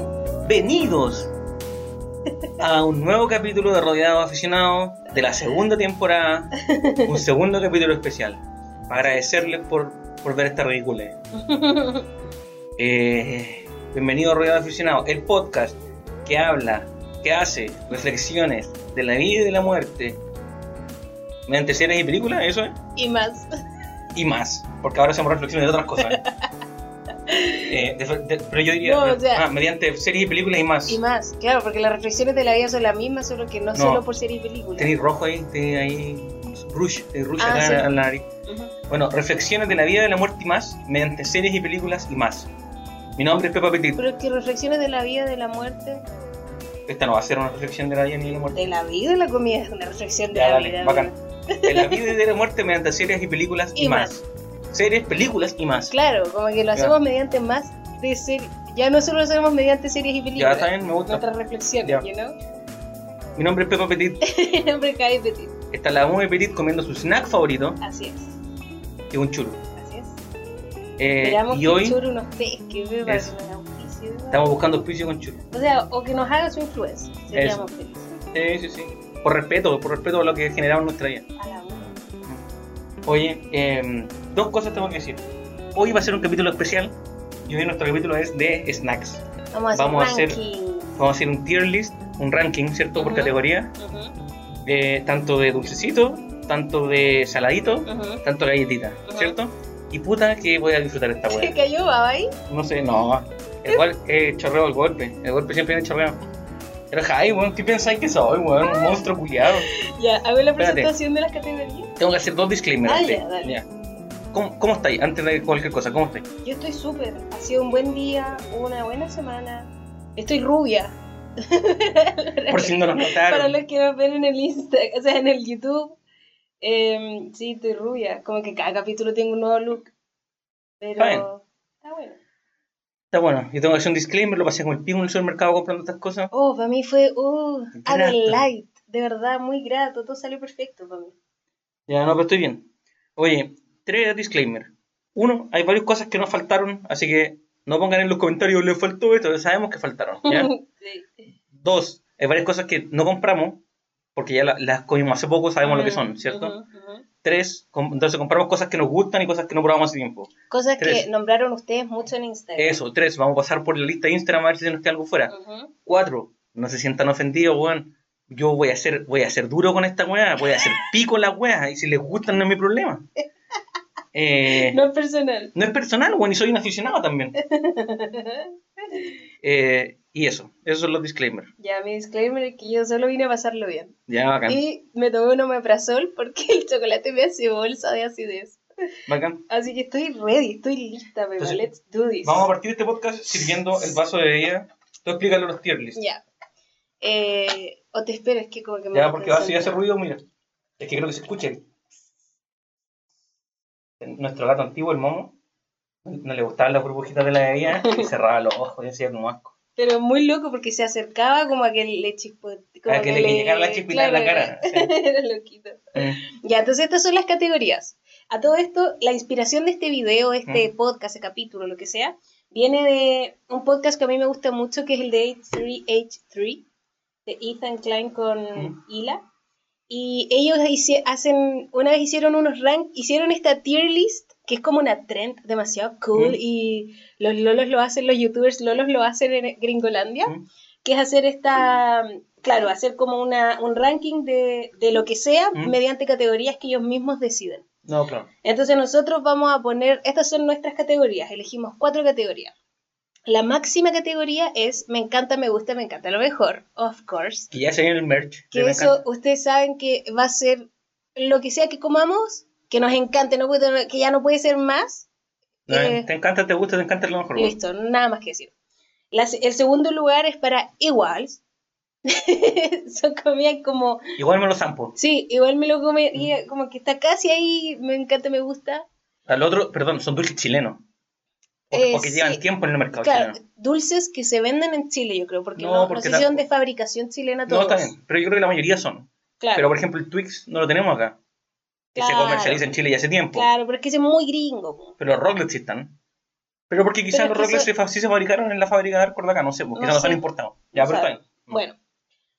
Bienvenidos a un nuevo capítulo de Rodeado Aficionado de la segunda temporada, un segundo capítulo especial. Agradecerles por, por ver esta ridícula. Eh, bienvenido a Rodeado Aficionado, el podcast que habla, que hace reflexiones de la vida y de la muerte mediante series y películas, eso es, y más. y más, porque ahora hacemos reflexiones de otras cosas. Eh, de- de- pero yo diría, No, o sea- ah, mediante series y películas y más. Y más, claro, porque las reflexiones de la vida son las mismas, solo que no, No. solo por serie y película. Tenéis rojo ahí, tenéis ahí rush, tenéis rush Ah, acá sí. en la- en la nariz. Ujú. Bueno, reflexiones de la vida, de la muerte y más, mediante series y películas y más. Mi nombre es Pepa Petit. Pero es que reflexiones de la vida, de la muerte, Esta no va a ser una reflexión de la vida ni de la muerte. de la vida y la comida, es una reflexión de Ya, la dale, vida. bacán. ¿verdad? De la vida y de la muerte mediante series y películas y, Y más. Series, películas y más. Claro, como que lo Ya. hacemos mediante más de series. Ya no solo lo hacemos mediante series y Ya películas. está bien, me gusta. Nuestras reflexiones, Ya. you know? Mi nombre es Pepa Petit. El nombre cae Petit. Está la muy Petit comiendo su snack favorito, Así es, que es un churro. así es. Eh, Esperamos y que hoy Choro nos pesque, beba, para Eso. que nos auspicie, beba. estamos buscando auspicio con churro. O sea, o que nos haga su influencia. Seríamos felices. Sí, sí, sí. Por respeto, por respeto a lo que generaron nuestra vida. A la una. Oye, em, dos cosas tengo que decir. Hoy va a ser un capítulo especial y hoy nuestro capítulo es de snacks. Vamos a hacer Vamos a hacer- ranking. Vamos a hacer un tier list, un ranking, ¿cierto? Por Ujú. categoría, Ujú, eh, tanto de dulcecito, tanto de saladito, ujú. tanto de galletita, Ujú. ¿cierto? Y puta que voy a disfrutar esta ¿Qué wea. cayó, baba ahí? No sé, no. El, gol, el chorreo, el golpe. El golpe siempre viene chorreo. Pero Jai, weón, ¿qué pensáis que soy, weón? Un monstruo culiado. Ya, hago la Espérate. presentación de las categorías. Tengo que hacer dos disclaimers. Dale, antes. Ah, dale. Ya. ¿Cómo, ¿Cómo estáis? Antes de cualquier cosa, ¿cómo estáis? Yo estoy súper. Ha sido un buen día, una buena semana. Estoy rubia. Por si no nos notaron. Para los que nos ven en el Insta, o sea, en el YouTube. em, sí, estoy rubia. Como que cada capítulo tengo un nuevo look. Pero Está bien. está bueno. Está bueno, yo tengo que hacer un disclaimer, lo pasé con el pico en el supermercado comprando estas cosas. Oh, para mí fue uh, a Grato. delight. De verdad, muy grato. Todo salió perfecto para mí. Ya, no, pero estoy bien. Oye, tres disclaimer. Uno, hay varias cosas que no faltaron, así que no pongan en los comentarios, le faltó esto, sabemos que faltaron. ¿ya? Sí. Dos, hay varias cosas que no compramos, porque ya la- las comimos hace poco, sabemos lo que Ujú, son, ¿cierto? ujú, ujú. Tres, com- entonces compramos cosas que nos gustan y cosas que no probamos hace tiempo. Cosas Tres. que nombraron ustedes mucho en Instagram. Eso, tres, vamos a pasar por la lista de Instagram a ver si se nos queda algo fuera. Ujú. Cuatro, no se sientan ofendidos, weón. Yo voy a ser, voy a ser duro con esta weá, voy a hacer pico en la weá, y si les gustan no es mi problema. Eh, no. No es personal. es personal, weón, y soy un aficionado también. Eh, y eso, esos son los disclaimers. ya, mi disclaimer es que yo solo vine a pasarlo bien. Ya, bacán. Y me tomé un omeprazol porque el chocolate me hace bolsa de acidez. bacán. Así que estoy ready, estoy lista, beba. Entonces, Let's do this. Vamos a partir de este podcast sirviendo el vaso de bebida. Tú explícalo los tier lists. Ya. Eh, o te espero, es que como que me. Ya, voy a porque ahora si hace ruido, concentrar. mira. Es que creo que se escucha. el- Nuestro gato antiguo, el momo, no le gustaban las burbujitas de la bebida y cerraba los ojos y hacía como asco. Pero muy loco porque se acercaba como a que le chispote. Ah, que le- que llegara la chispita en la cara, Mm, Era loquito. Ya, entonces estas son las categorías. A todo esto, la inspiración de este video, este podcast, este capítulo, lo que sea, viene de un podcast que a mí me gusta mucho, que es el de 3H3, de Ethan Klein con Mm. Ila. Y ellos hice- hacen, una vez hicieron unos rank, hicieron esta tier list, que es como una trend demasiado cool, Mm. y los lolos lo hacen, los youtubers lolos lo hacen en Gringolandia mm. que es hacer esta, claro, hacer como una, un ranking de, de lo que sea ¿Mm? mediante categorías que ellos mismos deciden. No, claro. Entonces nosotros vamos a poner, estas son nuestras categorías, elegimos cuatro categorías. La máxima categoría es me encanta, me gusta, me encanta, lo mejor, of course. Que ya se viene el merch. Que me eso encanta. ustedes saben que va a ser lo que sea que comamos, que nos encante, no puede- que ya no puede ser más, No, eh, te encanta, te gusta, te encanta lo mejor. güey. Listo, nada más que decir. La se- el segundo lugar es para iguals. Son comidas como, Igual me lo zampo. sí, igual me lo Mm. comería, como que está casi ahí, me encanta, me gusta. Al otro, perdón, son dulces chilenos. O, Eh, o que llevan sí. tiempo en el mercado Claro, chileno. dulces que se venden en Chile, yo creo, porque No, no, no porque sé la- si son de fabricación chilena No, todos. está bien, pero yo creo que la mayoría son. Claro, Pero por ejemplo, el Twix no lo tenemos acá. Que se Claro. comercializa en Chile ya hace tiempo. claro, pero es que ese es muy gringo. po. Pero los Rocklets sí están. Pero porque quizás Pero es los que rocles eso- se, fa- sí se fabricaron en la fábrica de Arcor de acá, no sé, pues, porque No no, son sé. importados. Ya, No pero está sabe. bien. Bueno,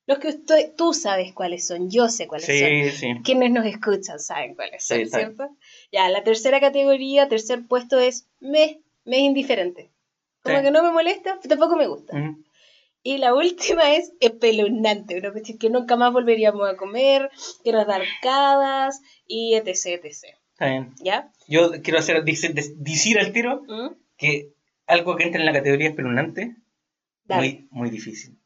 los que usted, tú sabes cuáles son, yo sé cuáles son. Sí, sí. Quienes nos escuchan saben cuáles son, Sí, está bien. ¿cierto? Ya, la tercera categoría, tercer puesto es me, me es indiferente. Como Sí. que no me molesta, pero tampoco me gusta. Ujú. Y la última es espeluznante, una cuestión que nunca más volveríamos a comer, que nos da arcadas y etc, etc. Está bien. ¿Ya? Yo quiero hacer, dice- de- decir al tiro ¿Mm? que algo que entra en la categoría espeluznante, Dale. muy, muy difícil.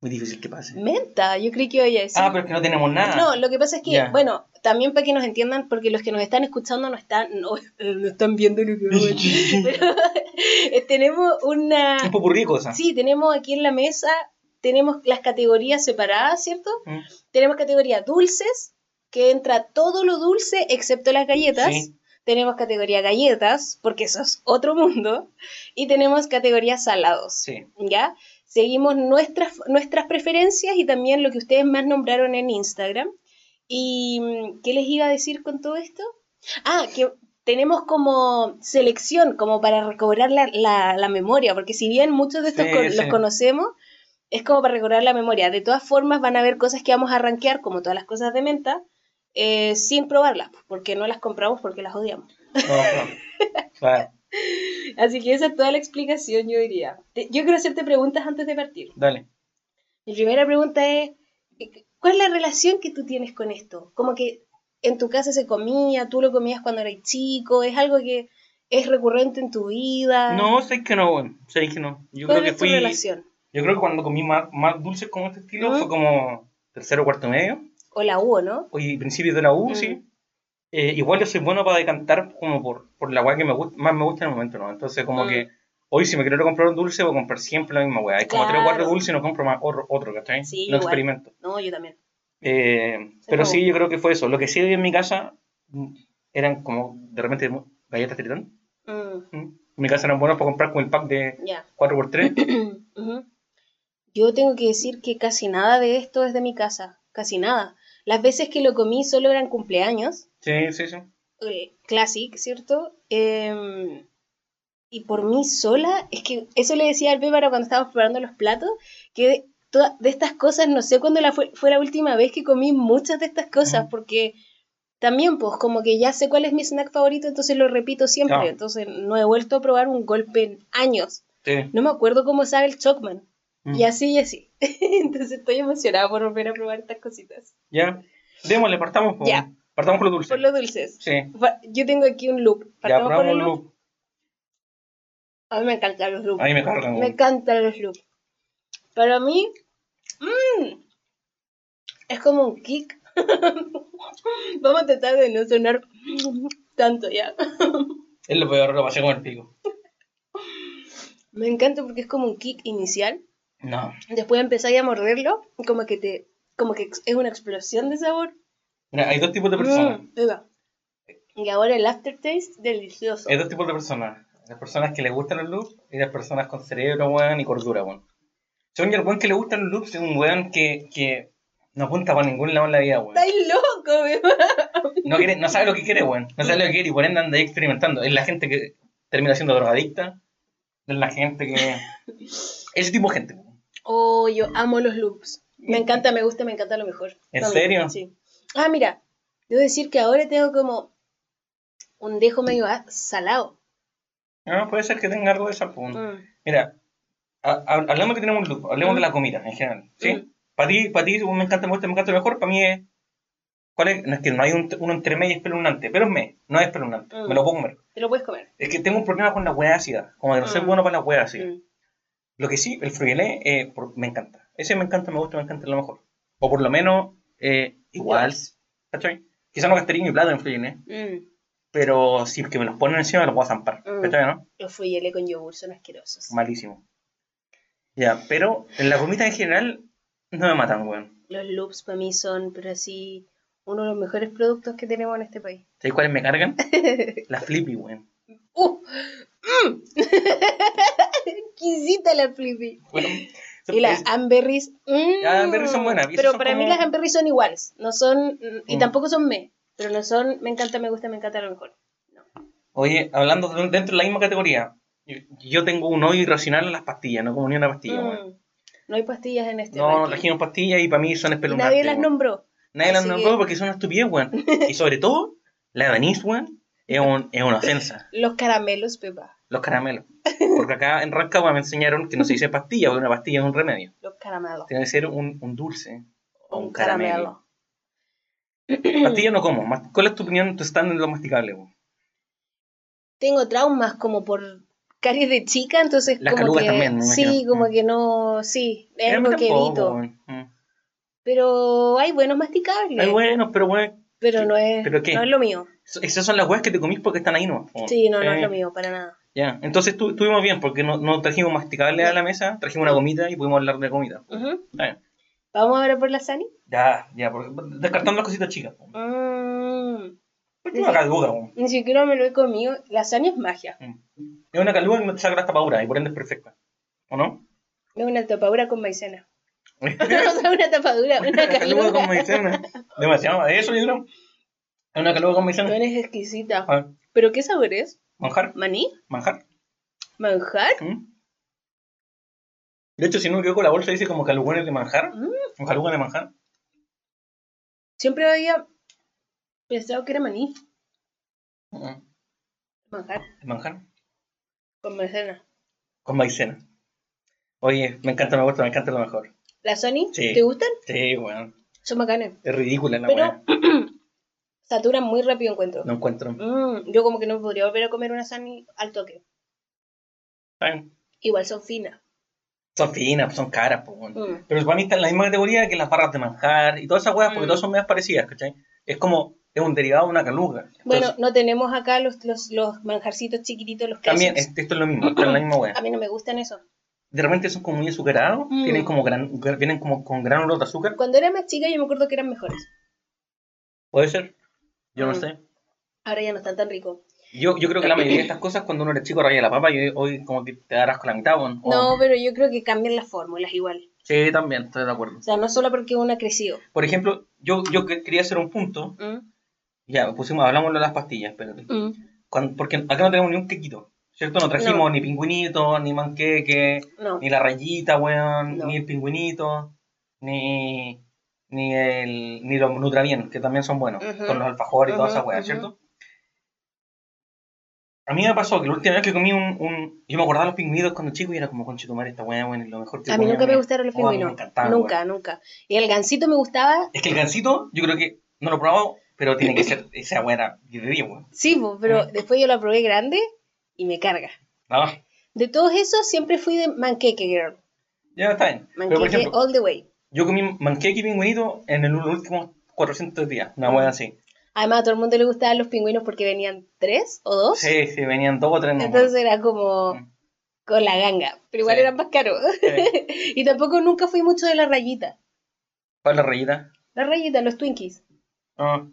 Muy difícil que pase. Menta, yo creí que oye eso. Ah, pero es que no tenemos nada. No, lo que pasa es que, Ya. bueno, también para que nos entiendan, porque los que nos están escuchando no están, no, no están viendo lo que vamos a decir. Pero eh, tenemos una, Un popurrí de cosas. Sí, tenemos aquí en la mesa, tenemos las categorías separadas, ¿cierto? Mm. Tenemos categoría dulces, que entra todo lo dulce excepto las galletas. Sí. Tenemos categoría galletas, porque eso es otro mundo. Y tenemos categoría salados, Sí. ¿ya? Seguimos nuestras, nuestras preferencias y también lo que ustedes más nombraron en Instagram. ¿Y mm, qué les iba a decir con todo esto? Ah, que tenemos como selección, como para recobrar la, la- la memoria, porque si bien muchos de estos Sí, con- sí. los conocemos, es como para recobrar la memoria. De todas formas, van a haber cosas que vamos a rankear, como todas las cosas de menta, eh, sin probarlas, porque no las compramos porque las odiamos. No, no. Claro, Así que esa es toda la explicación, yo diría. Te- yo quiero hacerte preguntas antes de partir. dale. Mi primera pregunta es, ¿cuál es la relación que tú tienes con esto? Como que en tu casa se comía, tú lo comías cuando eras chico, es algo que es recurrente en tu vida. No, sé que no, bueno, sé que no. Yo Ah. ¿Cuál creo que es tu fui. relación? Yo creo que cuando comí más, más dulces como este estilo Ujú. fue como tercero o cuarto medio. O la hubo, ¿no? Hoy principios de la U, Ujú. sí. Eh, igual yo soy bueno para decantar como por, por la weá que me gust- más me gusta en el momento, ¿no? Entonces como Mm. que hoy si me quiero comprar un dulce voy a comprar siempre la misma weá. Hay como tres o cuatro Claro. dulces y no compro más otro, otro ¿cachai? Sí, no igual. experimento. No, yo también. Eh, Se pero acabó. sí, yo creo que fue eso. Lo que sí había en mi casa mm, eran como de repente mu- galletas tritón. Mm, Mm. En mi casa eran buenos para comprar con el pack de ya. 4x3. Ujú. Yo tengo que decir que casi nada de esto es de mi casa, casi nada. Las veces que lo comí solo eran cumpleaños. sí, sí, sí. eh, Classic, ¿cierto? Em, y por mí sola, es que eso le decía al Bébara cuando estábamos preparando los platos, que de, toda- de estas cosas, no sé cuándo la fue, fue la última vez que comí muchas de estas cosas, Ujú. porque también, pues, como que ya sé cuál es mi snack favorito, entonces lo repito siempre, Claro. entonces no he vuelto a probar un golpe en años. sí. No me acuerdo cómo sabe el Chocman, Mm. y así y así. entonces estoy emocionada por volver a probar estas cositas. Ya. Démosle, partamos con, Ya. partamos con los dulces. Por los dulces. Sí. Va- Yo tengo aquí un loop. Ya, ¿Partamos por probamos el el loop? loop. A mí me encantan los loops. A mí me cargan. Me güey. encantan los loops. Para mí, mm, es como un kick. Vamos a tratar de no sonar tanto ya. Es lo peor, lo pasé con el pico. Me encanta porque es como un kick inicial. No. Después empezáis a morderlo y como que te, como que ex- es una explosión de sabor. Mira, hay dos tipos de personas. Mm, oiga. y ahora el aftertaste delicioso. Hay dos tipos de personas. Las personas que les gustan los loops y las personas con cerebro, weón, y cordura, weón. Según yo, el weón que le gustan los loops es un weón que, que no apunta para ningún lado en la vida, weón. Estáis loco, weón. No, quiere, no sabe lo que quiere, weón. No sabe lo que quiere y por ende anda ahí experimentando. Es la gente que termina siendo drogadicta. Es la gente que... Ese tipo de gente, weón. Oh, yo amo los loops. Me encanta, me gusta, me encanta lo mejor. ¿En Lo serio? Sí. Ah, mira, debo decir que ahora tengo como un dejo medio a- salado. No, puede ser que tenga algo de esa, weón. Mm, Mira, ha- ha- hablemos que tenemos un loop, hablemos Mm. de la comida en general, ¿sí? Mm. Para ti, para ti, me encanta, me gusta, me encanta mejor, para mí es... ¿Cuál es? No es que no hay un, uno entre medio y espeluznante, pero es me, no es espeluznante, Mm. me lo puedo comer. Te lo puedes comer. Es que tengo un problema con la hueá ácida, como de no ser Mm. bueno para la hueá ácida. Mm. Lo que sí, el frugelé, eh, por- me encanta. Ese me encanta, me gusta, me encanta, es lo mejor. O por lo menos, eh, igual, ¿cachai? Quizá no gastaría mi plata en frugelé, Mm. pero si es que me los ponen encima, me los voy a zampar, Mm. ¿cachai, no? Los frijoles con yogur son asquerosos. Malísimo. Ya, pero en la comida en general no me matan, weón. Los loops para mí son, pero así, uno de los mejores productos que tenemos en este país. ¿Sabes cuáles me cargan? Las flippy, weón. ¡Uh! Mm. Exquisita la flippy. Weón, son- Y las es- amberries. mm. Las Amberries son buenas, y esas Pero son para mí como- las amberries son iguales. No son. mm, Y Mm. tampoco son me. Pero no son. Me encanta, me gusta, me encanta a lo mejor. Oye, hablando de- dentro de la misma categoría, Yo, yo tengo un odio irracional a las pastillas, no como ni una pastilla, Mm. weón. No hay pastillas en este. No, no ranking. trajimos pastillas y para mí son Y espeluznantes. Nadie las weón. nombró. Nadie las Así nombró que- porque son una estupidez, weón. Y sobre todo, la Denise, weón, es, un- es una ofensa. Los caramelos, Pepa. Los caramelos. Porque acá en Rancagua me enseñaron que no se dice pastilla, porque una pastilla es un remedio. Los caramelos. Tiene que ser un, un dulce o un, Un caramelo. caramelo. Pastilla no como. Mas- ¿Cuál es tu opinión? Tu stand en lo masticable, weón. Tengo traumas como por caries de chica, entonces Las como calugas que también, me sí, imagino. como Mm. que no, sí, es Eh, algo que tampoco, evito. weón. Mm. Pero hay buenos masticables, Ay, bueno, pero weón. pero no es ¿Pero qué? no es lo mío. es- Esas son las weas que te comís porque están ahí, ¿no? Weón. Sí, no, no es Eh, lo mío para nada. Ya, entonces tu- estuvimos bien porque no, no trajimos masticables a la mesa, trajimos una gomita y pudimos hablar de comida. Ujú. Está bien. Vamos ahora por la Sani. Ya, ya, por- descartando las cositas chicas. weón. Mm, Es una caluga, weón. Mm. ni siquiera me lo he comido. La Sani es magia. Es una caluga que no te saca las tapaduras y por ende es perfecta. ¿O no? No es una tapadura con maicena. no es una tapadura, una caluga con caluga. maicena. Demasiado. Eso yo creo. Es una caluga con No maicena. eres exquisita. A ver, ¿Pero qué sabor es? manjar, ¿Maní? manjar. ¿Manjar? ¿Mm? De hecho, si no me equivoco, la bolsa dice como calugones de manjar. Mm. Un caluga de manjar. Siempre había pensado que era maní. Mm, Manjar De manjar. con maicena. Con maicena. Oye, me encanta, me gusta, me encanta lo mejor. ¿Las Sony? Sí. ¿Te gustan? Sí, weón. Son bacanes. Es ridícula la Pero- weá. Saturan muy rápido encuentro. No encuentro. Mm, yo como que no podría volver a comer una Sani al toque. Está bien. Igual son finas. Son finas, pues, son caras, po, weón. Mm. Pero para mí está en la misma categoría que las barras de manjar y todas esas weas, porque Mm. todas son medias parecidas, ¿cachai? Es como, es un derivado de una caluga. Entonces, Bueno, no tenemos acá los, los, los manjarcitos chiquititos, los también crashes. es- esto es lo mismo, está en la misma A wea. mí no me gustan eso. De repente son como muy azucarados, Mm. tienen como gran, gra- vienen como con gran olor de azúcar, Cuando era más chica yo me acuerdo que eran mejores. puede ser, yo no Mm. sé. Ahora ya no están tan ricos. Yo, yo creo que la mayoría de estas cosas cuando uno era chico raya la papa y hoy- hoy como que te darás con la mitad, weón. O- No, pero yo creo que cambian las fórmulas igual. Sí, también, estoy de acuerdo. O sea, no solo porque uno ha crecido. Por ejemplo, yo, yo que- quería hacer un punto, Mm, ya, pusimos, hablamos de las pastillas, espérate. mm. Cuan- porque acá no tenemos ni un quequito, ¿cierto? No trajimos No. ni pingüinito, ni manqueque, No. ni la rayita, weón, No. ni el pingüinito, ni, ni, el, ni los Nutrabien, que también son buenos, Ujú. con los alfajores y todas Ujú, esas weas, ujú. ¿cierto? A mí me pasó que la última vez que comí un, un- Yo me acordaba de los pingüinitos cuando chico y era como, conche tu madre, esta wea, weón, es lo mejor que A mí comí, nunca me weón". gustaron los Oh, a mí me pingüinos. encantaban, nunca, nunca. Y el gansito me gustaba, Es que el gansito, yo creo que no lo he probado, pero tiene que ser esa wea era 10 de 10, weón. sí, po, pero Mm. después yo la probé grande y me carga. Ah, De todos esos siempre fui de manqueque girl. ya está bien. pero por Manqueque ejemplo, all the way. Yo comí manqueque y pingüinito en el- los últimos 400 días, una hueá así. Además a todo el mundo le gustaban los pingüinos porque venían tres o dos. Sí, sí, venían dos o tres. nomás. Entonces era como Mm. con la ganga, pero igual Sí. eran más caros. Sí. Y tampoco nunca fui mucho de la rayita. ¿Cuál es la rayita? La rayita, los Twinkies. Ah.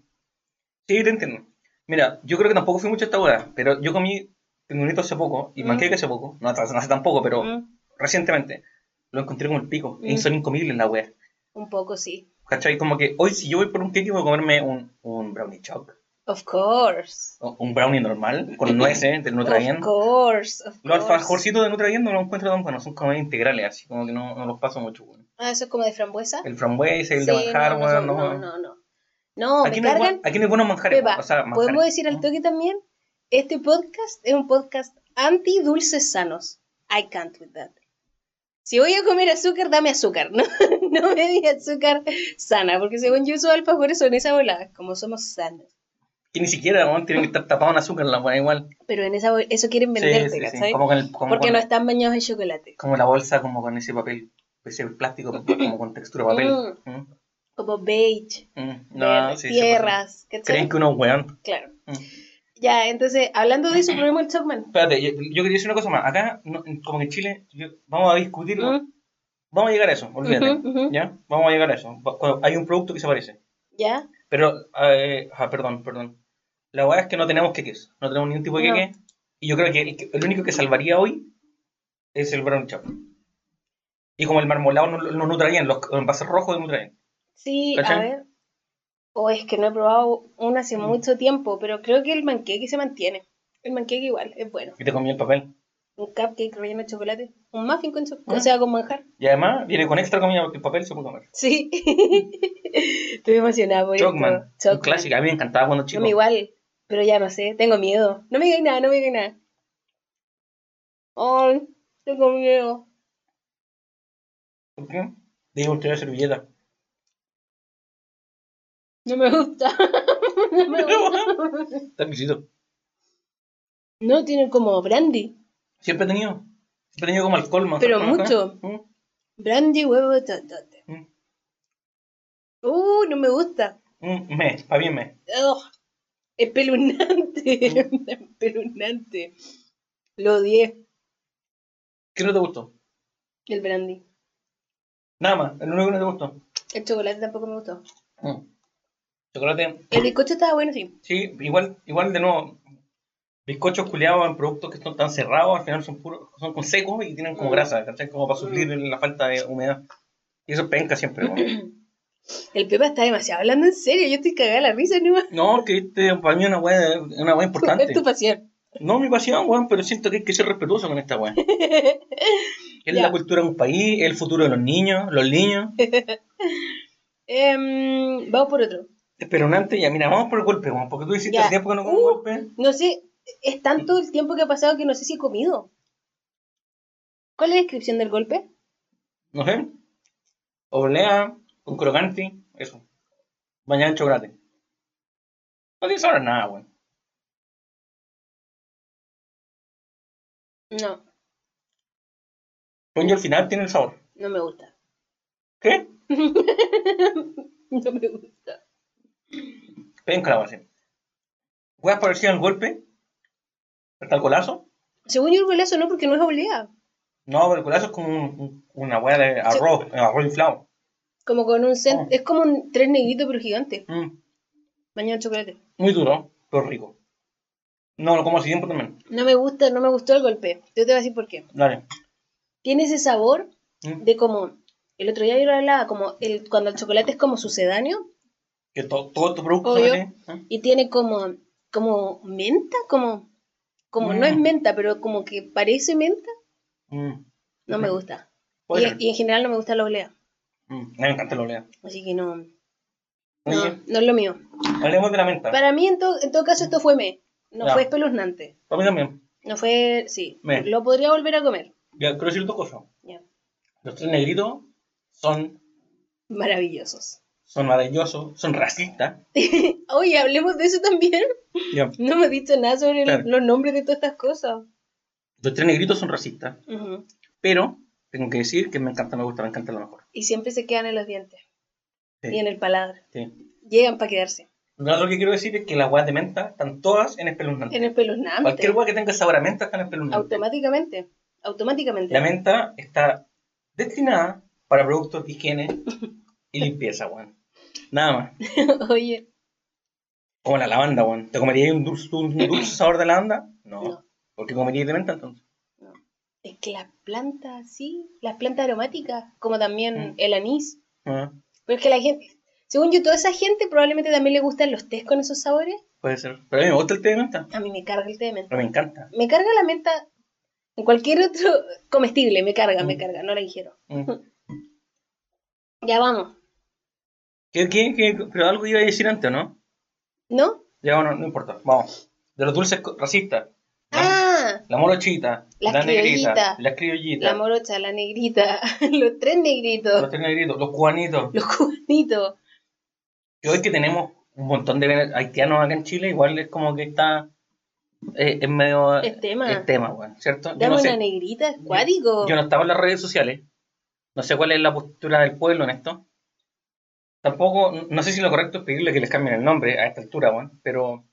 Sí, te entiendo. Mira, yo creo que tampoco fui mucho a esta hueá, pero yo comí pingüinito hace poco y Mm. manqueque hace poco. No, hace, no hace tampoco, pero Mm, recientemente. Lo encontré como el pico. Mm. Y son incomibles la hueá. un poco, sí. ¿Cachai? Como que hoy si yo voy por un queque voy a comerme un, un brownie choc. Of course. o Un brownie normal, con nueces del Nutrabien. Of course. Of Los course. alfajorcitos de Nutrabien no los encuentro tan buenos, son como integrales, así como que no, no los paso mucho. Bueno. Ah, eso es como de frambuesa. El frambuesa, el de Sí, manjar, no, no, weón, son- no, no, no, no. No, aquí, me no hay, cargan. buen- aquí no hay buenos manjares. Pepa, o sea, manjares. ¿Mm? Podemos decir al toque también, este podcast es un podcast anti dulces sanos. I can't with that. Si voy a comer azúcar, dame azúcar, no, no me di azúcar sana, porque según yo esos alfajores son esa volada, como somos sanos. Que ni siquiera, weón, tienen que estar tapados en azúcar, la weá igual. Pero en esa bol- eso quieren venderte, sí, sí, ¿cachai? sí. Como, con el- como Porque con- no están bañados en chocolate, como la bolsa, como con ese papel, ese plástico, Mm. como con textura de papel. Mm, como beige, mm. verde, sí, sí, tierras, porque Creen ¿cachai? que uno es weón. Claro. Mm. Ya, entonces, hablando de eso, probemos el Chocman. Espérate, yo, yo quería decir una cosa más. Acá, no- como que en Chile, yo- vamos a discutirlo. Mm, Vamos a llegar a eso, olvídate. ujú, ujú. ¿Ya? Vamos a llegar a eso. Va- cuando Hay un producto que se parece. ¿Ya? Pero, eh, ah, perdón, perdón. La verdad es que no tenemos queques. No tenemos ningún tipo de No. queque. Y yo creo que el, que- el único que salvaría hoy es el brown chop. Y como el marmolado no, no nutra bien, los envases rojos de nutra bien. Sí, ¿Cachai? Mm. a ver. O es que no he probado uno hace mucho tiempo, pero creo que el manqueque se mantiene. El manqueque igual, es bueno. Y te comí el papel. un cupcake relleno de chocolate, un muffin con Mm. chocolate, o sea, con manjar. Y además viene con extra comida porque el papel se puede comer. Sí. Estoy emocionada por Chocman, esto. un Chocman. clásico, a mí me encantaba cuando No chico. me igual, pero ya no sé, tengo miedo. No me digáis nada, no me digáis nada. Ay, tengo miedo. ¿Por qué? Digo, usted la servilleta. No me gusta. no, me gusta. Está exquisito. no tienen como brandy. Siempre he tenido. Siempre he tenido como alcohol, más. Pero mucho. Brandy, huevo, totote. Mm. Uh, no me gusta. Me, para bien me. Ugh, espeluznante. espeluznante. Lo odié, ¿Qué no te gustó? el brandy. Nada más, el único que no te gustó. El chocolate tampoco me gustó. Mm. Chocolate, El bizcocho estaba bueno, sí. sí, igual, igual de nuevo. Bizcochos culiados en productos que están tan cerrados, al final son puros, son con secos y tienen como Mm. grasa, ¿cachai? Como para suplir la falta de humedad. Y eso penca siempre, weón. El Pepa está demasiado hablando en serio. Yo estoy cagada de la risa, no No, que este, para mí es una weá, una weá importante. Es tu pasión. No mi pasión, weón, pero siento que hay que ser respetuoso con esta weá. Es Ya. Eh. la cultura de un país, es el futuro de los niños, los niños. Em, vamos por otro. Pero antes, ya, mira, vamos por el golpe, weón, porque tú hiciste Ya. el tiempo que no como Uh. golpe. No sé, es tanto el tiempo que ha pasado que no sé si he comido. ¿Cuál es la descripción del golpe? No sé. Oblea, con crocante, eso. Bañar en chocolate. No tienes ahora nada, weón. No, Pongo al final tiene el sabor. no me gusta. ¿Qué? No me gusta. Penca la base. Weas parecidas al golpe. ¿Hasta el colazo? Según yo, el golazo no, porque no es obligado. No, pero el colazo es como un- un- una wea de arroz, arroz inflado. Como con un cent... Oh. Es como un tres negrito, pero gigante. Mm. Bañado en chocolate. Muy duro, pero rico. No, lo como así tiempo también. No me gusta, no me gustó el golpe. Yo te voy a decir por qué. Dale. Tiene ese sabor Mm. de como... El otro día yo lo hablaba, como el, cuando el chocolate es como sucedáneo Que to- todos tus productos Obvio. son así. ¿eh? y tiene como, como menta, como, como Mm. no es menta, pero como que parece menta, Mm. no me Ujú. gusta. Puede Y, ser. y en general no me gusta la olea, Mm. Me encanta la olea. así que no, no, Oye, no es lo mío. hablemos de la menta. Para mí, en, to- en todo caso, esto fue me, no Ah. Ya. fue espeluznante, Para mí también. no fue, sí, Me. lo podría volver a comer, Ya, quiero decir dos cosas. Ya. Los tres negritos son, maravillosos. son maravillosos, son racistas. Oye, hablemos de eso también, Ya. no me has dicho nada sobre el- Claro. los nombres de todas estas cosas. Los tres negritos son racistas, Ujú. pero tengo que decir que me encanta, me gusta, me encanta lo mejor. Y siempre se quedan en los dientes Sí. y en el paladar, Sí. llegan para quedarse, No, lo que quiero decir es que las guas de menta están todas en espeluznante. en espeluznante. Cualquier gua que tenga sabor a menta está en espeluznante. Automáticamente. Automáticamente. La menta está destinada para productos de higiene y limpieza, weón. Nada más. Oye, Como la lavanda, weón. ¿Te comerías un dulce, un dulce sabor de lavanda? No. No. ¿Por qué comerías de menta entonces? es que las plantas, sí, las plantas aromáticas, como también Mm. el anís. Ah, Pero es que la gente, según yo, toda esa gente probablemente también le gustan los tés con esos sabores. puede ser. Pero a mí me gusta el té de menta. A mí me carga el té de menta. Pero me encanta. Me carga la menta en cualquier otro comestible, me carga, me Mm. carga, no la ingiero. Mm. Ya vamos, ¿Qué, qué, qué? Pero algo iba a decir antes, ¿no? ¿no? Ya, bueno, no importa. Vamos. De los dulces co- racistas. La, Ah, la morochita. Las la negrita. criollitas. Las criollitas. la morocha, la negrita, los tres negritos, los tres negritos. Los cubanitos. los cubanitos. Yo hoy que tenemos un montón de vene- haitianos acá en Chile, igual es como que está eh, en medio Es tema. el tema, weón, ¿cierto? este, Yo Dame no, una sé, negrita, es cuático. yo no estaba en las redes sociales, no sé cuál es la postura del pueblo en esto. Tampoco, no sé si lo correcto es pedirle que les cambien el nombre a esta altura, weón, pero,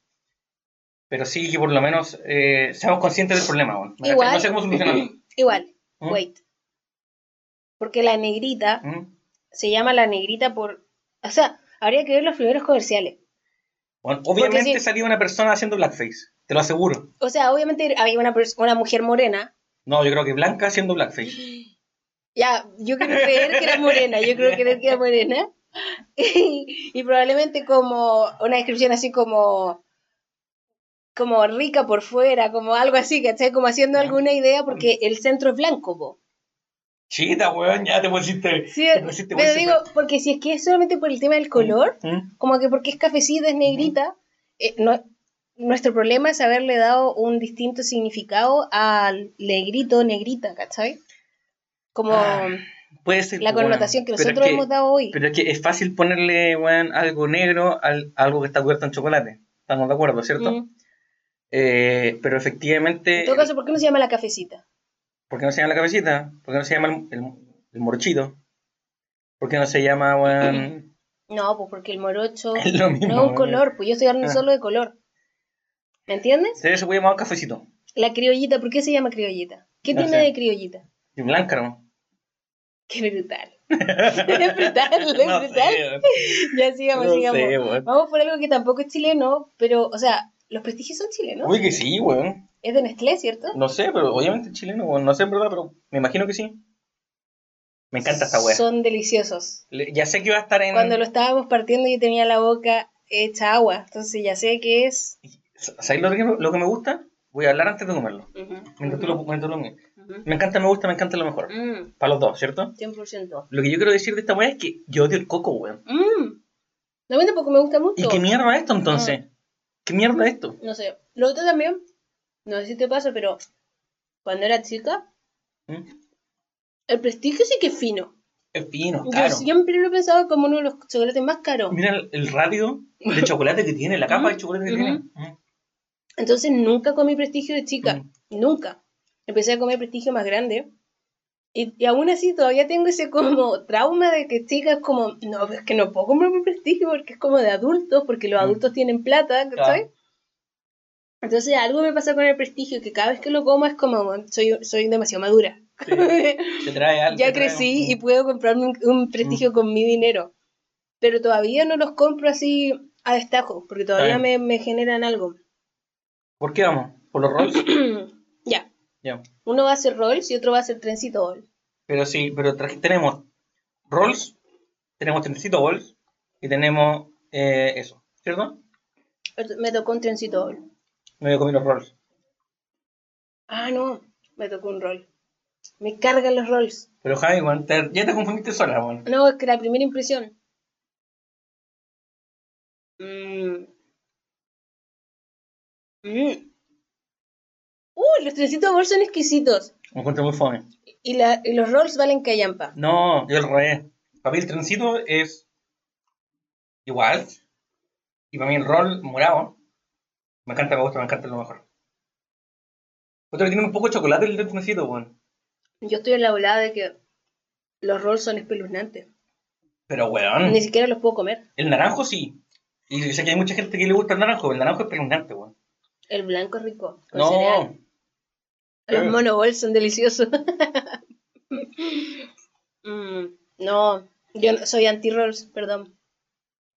pero sí que por lo menos eh, seamos conscientes del problema, weón. ¿me cachai? Igual. No sé cómo solucionarlo. Igual, ¿Mm? wait. Porque la negrita ¿Mm? se llama la negrita por. O sea, habría que ver los primeros comerciales. Weón, obviamente sí. salía una persona haciendo blackface, te lo aseguro. O sea, obviamente había una, pers- una mujer morena. No, yo creo que blanca haciendo blackface. Ya, yo quiero creer que era morena, yo creo creer que era morena. y, probablemente como una descripción así como como rica por fuera, como algo así, ¿cachai? Como haciendo Ya. alguna idea porque el centro es blanco, po. Chita, weón, ya te pusiste. Sí, te pusiste muy pero digo, porque si es que es solamente por el tema del color, super- ¿Mm? como que porque es cafecita, es negrita, eh, no- nuestro problema es haberle dado un distinto significado al negrito, negrita, ¿cachai? Como Ah, Puede ser. la weón, connotación que pero es nosotros hemos dado hoy. Pero es que es fácil ponerle, weón, algo negro al, algo que está cubierto en chocolate. Estamos de acuerdo, ¿cierto? Mm. Eh, pero efectivamente. En todo caso, ¿por qué no se llama la cafecita? ¿Por qué no se llama la cabecita? ¿Por qué no se llama el, el, el morchito? ¿Por qué no se llama, weón? No, pues porque el morocho Es lo mismo. no es un weón. color, pues yo estoy hablando Ah. solo de color. ¿Me entiendes? Entonces se puede llamar cafecito. La criollita, ¿por qué se llama criollita? ¿Qué No tiene sé. de criollita? Y blanca, ¿no? Qué brutal. es brutal, es No brutal. sé, weón. Ya sigamos, No sigamos. sé, weón. Vamos por algo que tampoco es chileno, pero, o sea, los prestigios son chilenos. Uy, que sí, weón. Es de Nestlé, ¿cierto? No sé, pero obviamente es chileno, weón. No sé en verdad, pero me imagino que sí. Me encanta esta weá. Son deliciosos. Le- Ya sé que va a estar en. Cuando lo estábamos partiendo yo tenía la boca hecha agua, entonces ya sé que es... ¿Sabes lo que, lo que me gusta? Voy a hablar antes de comerlo. Mientras tú lo, mientras tú lo- Ujú. Me encanta, me gusta, me encanta lo mejor. Mm, Para los dos, ¿cierto? 100%. Lo que yo quiero decir de esta weá es que yo odio el coco, weón. Mm. No me tampoco me gusta ¿Y mucho. qué mierda es esto entonces? ¿Qué mierda es esto? No sé. Lo otro también, no sé si te pasa, pero cuando era chica, ¿Mm? el prestigio sí que es fino. Es fino, Yo caro. siempre lo he pensado como uno de los chocolates más caros. Mira el, el rápido de chocolate que tiene, la capa de chocolate que Ujú. tiene. Mm. Entonces nunca comí prestigio de chica, Mm. nunca. Empecé a comer prestigio más grande. Y, y aún así todavía tengo ese como trauma de que chica es como, no, es que no puedo comer mi prestigio porque es como de adultos, porque los Mm. adultos tienen plata, ¿cachai? Claro. Entonces algo me pasa con el prestigio, que cada vez que lo como es como, soy, soy demasiado madura. Te trae algo, ¿Mm? ya te trae crecí un- y puedo comprarme un, un prestigio Mm. con mi dinero. Pero todavía no los compro así a destajo, porque todavía Está me, me generan algo. ¿Por qué vamos? ¿Por los rolls? ya, ya. Uno va a hacer Rolls y otro va a hacer Trencito Ball. Pero sí, pero traje- tenemos rolls, tenemos trencito balls y tenemos eh, eso, ¿cierto? Esto- Me tocó un Trencito Ball. Me voy a comer los rolls. Ah, no, me tocó un Roll. Me cargan los Rolls. Pero Javi, weón, te- ya te confundiste sola, weón. No, es que la primera impresión. Mm. Mm. Uy, los Trencitos Ball son exquisitos. Me encuentro muy fome. Y, la- y los Rolls valen callampa. No, yo al revés. Para mí el trencito es igual. Y para mí el rol morado. Me encanta, me gusta, me encanta es lo mejor. Otro que tiene un poco de chocolate el trencito, weón. Yo estoy en la volada de que los Rolls son espeluznantes. Pero weón, Ni siquiera los puedo comer. el naranjo sí. Y yo sé que hay mucha gente que le gusta el naranjo, el naranjo es preluznante, weón. El blanco es rico. con No, cereal. Los Eh. monobols son deliciosos. Mm, no, yo no- soy anti-rolls, perdón.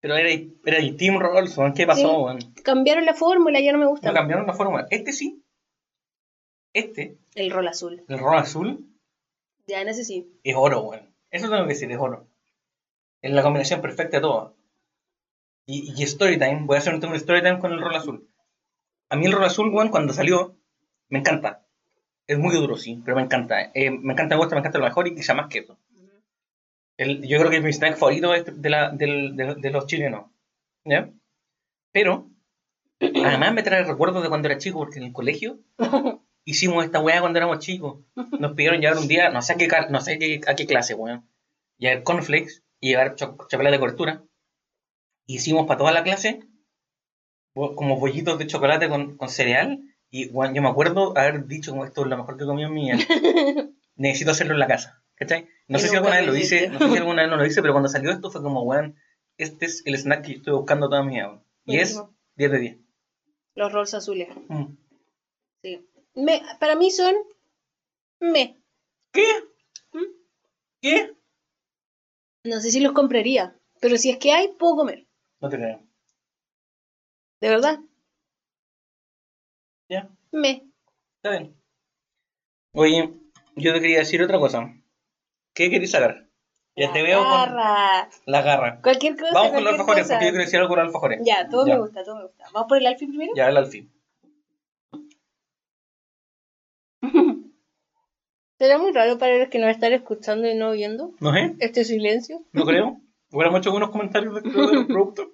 pero era, era el Team Rolls, weón. ¿Qué pasó, Sí. weón? Cambiaron la fórmula, ya no me gusta. No cambiaron la forma. Este sí. Este, El rol azul. el rol azul, Ya en ese sí. es oro, weón. Eso tengo que decir, es oro. Es la combinación perfecta de todo. Y, y story time, voy a hacer un un story time con el rol azul. A mí el rol azul, weón, cuando salió, me encanta. Es muy duro, sí, pero me encanta. Eh, me encanta, me gusta, me encanta lo mejor y quizá más que eso. El- yo creo que es mi snack favorito es de, la, del- de, de los chilenos. ¿ya? Pero, además me trae recuerdos de cuando era chico, porque en el colegio hicimos esta weá cuando éramos chicos. Nos pidieron llevar un día, no sé a qué, car- no sé a qué, a qué clase, weón. Llevar cornflakes y llevar cho- chocolate de cobertura. Hicimos para toda la clase bo- como bollitos de chocolate con, con cereal. Y weón, yo me acuerdo haber dicho como esto es lo mejor que he comido en mi vida. Necesito hacerlo en la casa. ¿Cachai? No Y sé si nunca alguna vez lo lo hice, hiciste. no sé si alguna vez no lo hice, pero cuando salió esto fue como, weón, este es el snack que estoy buscando toda mi vida. weón. Y es Buenísimo. 10 de 10. Los rolls azules. Mm. Sí. Me, para mí son. Me. ¿Qué? ¿Mm? ¿Qué? No sé si los compraría, pero si es que hay, puedo comer. No te creo. De verdad. Ya. Me. Está bien. Oye, yo te quería decir otra cosa. ¿Qué querés sacar? Ya te veo con Garra. la garra. Cualquier cosa. Vamos con los cualquier alfajores, cosa. porque yo quiero decir algo con los alfajores. Ya, todo Ya. me gusta, todo me gusta. ¿Vamos por el alfil primero? Ya, el alfil. Será muy raro para los que nos están escuchando y no viendo No sé, este silencio. no creo. Hubiéramos hecho algunos comentarios de, de los productos.